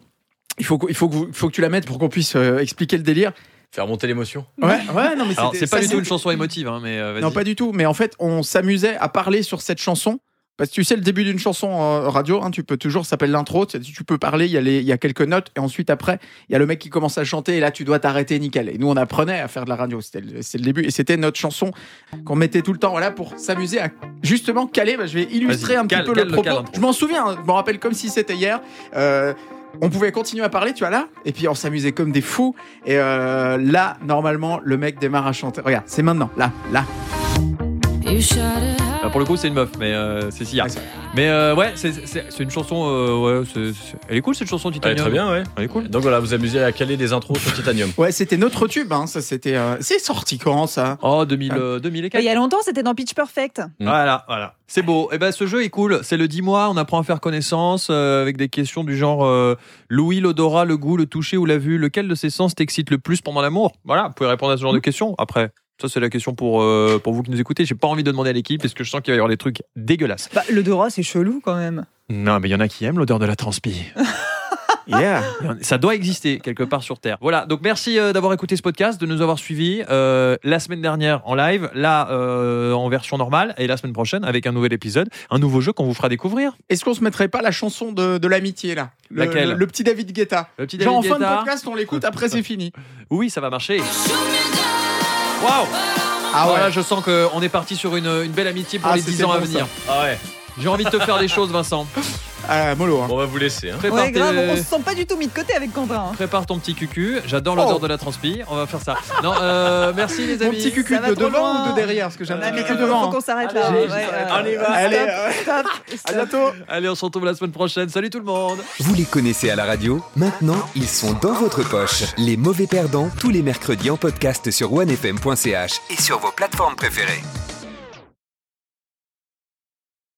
[SPEAKER 1] il, faut, que- il, faut que vous- il faut que tu la mettes pour qu'on puisse euh, expliquer le délire.
[SPEAKER 3] Faire monter l'émotion.
[SPEAKER 1] Ouais, ouais, non, mais
[SPEAKER 4] Alors,
[SPEAKER 1] c'était-
[SPEAKER 4] c'est pas
[SPEAKER 1] ça,
[SPEAKER 4] du tout
[SPEAKER 1] c'est-
[SPEAKER 4] une chanson émotive, hein, mais euh, vas-y.
[SPEAKER 1] Non, pas du tout. Mais en fait, on s'amusait à parler sur cette chanson. Parce que tu sais, le début d'une chanson euh, radio, hein, tu peux toujours, ça s'appelle l'intro, tu, tu peux parler, il y, a les- il y a quelques notes, et ensuite après, il y a le mec qui commence à chanter, et là tu dois t'arrêter, nickel. Et nous, on apprenait à faire de la radio, c'était le, c'est le début, et c'était notre chanson qu'on mettait tout le temps, voilà, pour s'amuser à justement caler. Bah, je vais illustrer
[SPEAKER 4] Vas-y,
[SPEAKER 1] un petit
[SPEAKER 4] cale-
[SPEAKER 1] peu
[SPEAKER 4] cale
[SPEAKER 1] le
[SPEAKER 4] le
[SPEAKER 1] propos.
[SPEAKER 4] cale l'intro.
[SPEAKER 1] je m'en souviens, hein, je m'en rappelle comme si c'était hier. Euh, on pouvait continuer à parler, tu vois là, et puis on s'amusait comme des fous. Et euh, là, normalement, le mec démarre à chanter. Regarde, c'est maintenant, là, là.
[SPEAKER 4] Ah, pour le coup, c'est une meuf, mais euh, c'est Sia.
[SPEAKER 1] Ouais, c'est-
[SPEAKER 4] mais euh, ouais, c'est- c'est c'est une chanson. euh, ouais, c'est- c'est- elle est cool cette chanson
[SPEAKER 3] Ouais,
[SPEAKER 4] Titanium.
[SPEAKER 3] très bien, ouais.
[SPEAKER 4] Elle est cool.
[SPEAKER 3] Donc voilà, vous amusez à caler des intros sur Titanium.
[SPEAKER 1] Ouais, c'était notre tube, hein, ça c'était. euh, C'est sorti quand ça
[SPEAKER 4] Oh, 2000, euh, 2000 et
[SPEAKER 2] Il
[SPEAKER 4] quelques.
[SPEAKER 2] y a longtemps, c'était dans Pitch Perfect.
[SPEAKER 4] Voilà, voilà. C'est beau. Et ben, ce jeu est cool. C'est le 10 mois. On apprend à faire connaissance euh, avec des questions du genre euh, l'ouïe, l'odorat, le goût, le toucher ou la vue. Lequel de ces sens t'excite le plus pendant l'amour Voilà, vous pouvez répondre à ce genre de questions. Après, ça, c'est la question pour, euh, pour vous qui nous écoutez. J'ai pas envie de demander à l'équipe parce que je sens qu'il va y avoir des trucs dégueulasses.
[SPEAKER 2] Bah, l'odorat, c'est chelou quand même.
[SPEAKER 4] Non, mais il y en a qui aiment l'odeur de la transpi.
[SPEAKER 1] Yeah
[SPEAKER 4] Ça doit exister quelque part sur Terre. Voilà, donc merci euh, d'avoir écouté ce podcast, de nous avoir suivis euh, la semaine dernière en live, là euh, en version normale, et la semaine prochaine avec un nouvel épisode, un nouveau jeu qu'on vous fera découvrir.
[SPEAKER 1] Est-ce qu'on se mettrait pas la chanson de, de l'amitié là le,
[SPEAKER 4] Laquelle
[SPEAKER 1] le, le petit David Guetta.
[SPEAKER 4] Le petit
[SPEAKER 1] Genre en
[SPEAKER 4] David
[SPEAKER 1] fin de
[SPEAKER 4] Guetta.
[SPEAKER 1] podcast, on l'écoute, après c'est fini.
[SPEAKER 4] Oui, ça va marcher. Waouh
[SPEAKER 1] Ah
[SPEAKER 4] Voilà, je sens qu'on est parti sur une, une belle amitié pour
[SPEAKER 1] Ah,
[SPEAKER 4] les
[SPEAKER 1] c'était
[SPEAKER 4] 10 ans à
[SPEAKER 1] bon,
[SPEAKER 4] venir.
[SPEAKER 3] Ah ouais.
[SPEAKER 4] J'ai envie de te faire des choses, Vincent.
[SPEAKER 1] Ah, mollo, hein.
[SPEAKER 3] Bon, on va vous laisser. Hein.
[SPEAKER 4] Prépare,
[SPEAKER 2] Ouais, grave,
[SPEAKER 4] tes-
[SPEAKER 2] on se sent pas du tout mis de côté avec Quentin. hein.
[SPEAKER 4] prépare ton petit cucu. J'adore l'odeur
[SPEAKER 1] Oh.
[SPEAKER 4] de la transpi. On va faire ça. Non, euh, merci les
[SPEAKER 1] Mon
[SPEAKER 4] amis.
[SPEAKER 1] petit cucu
[SPEAKER 2] ça va
[SPEAKER 1] de
[SPEAKER 2] trop
[SPEAKER 1] devant
[SPEAKER 2] loin.
[SPEAKER 1] ou de derrière Parce que j'ai un
[SPEAKER 2] Ah,
[SPEAKER 1] petit
[SPEAKER 2] mais
[SPEAKER 1] cucu
[SPEAKER 2] il faut
[SPEAKER 1] devant.
[SPEAKER 2] qu'on
[SPEAKER 1] hein.
[SPEAKER 2] s'arrête là.
[SPEAKER 1] Allez,
[SPEAKER 2] ouais,
[SPEAKER 1] j'arrête.
[SPEAKER 2] euh,
[SPEAKER 3] On y va.
[SPEAKER 1] Allez,
[SPEAKER 2] stop,
[SPEAKER 1] euh,
[SPEAKER 2] stop,
[SPEAKER 1] À
[SPEAKER 2] stop.
[SPEAKER 1] bientôt
[SPEAKER 4] Allez, on se retrouve la semaine prochaine. Salut tout le monde
[SPEAKER 5] Vous les connaissez à la radio Maintenant, ils sont dans votre poche. Les mauvais perdants, tous les mercredis en podcast sur onefm.ch et sur vos plateformes préférées.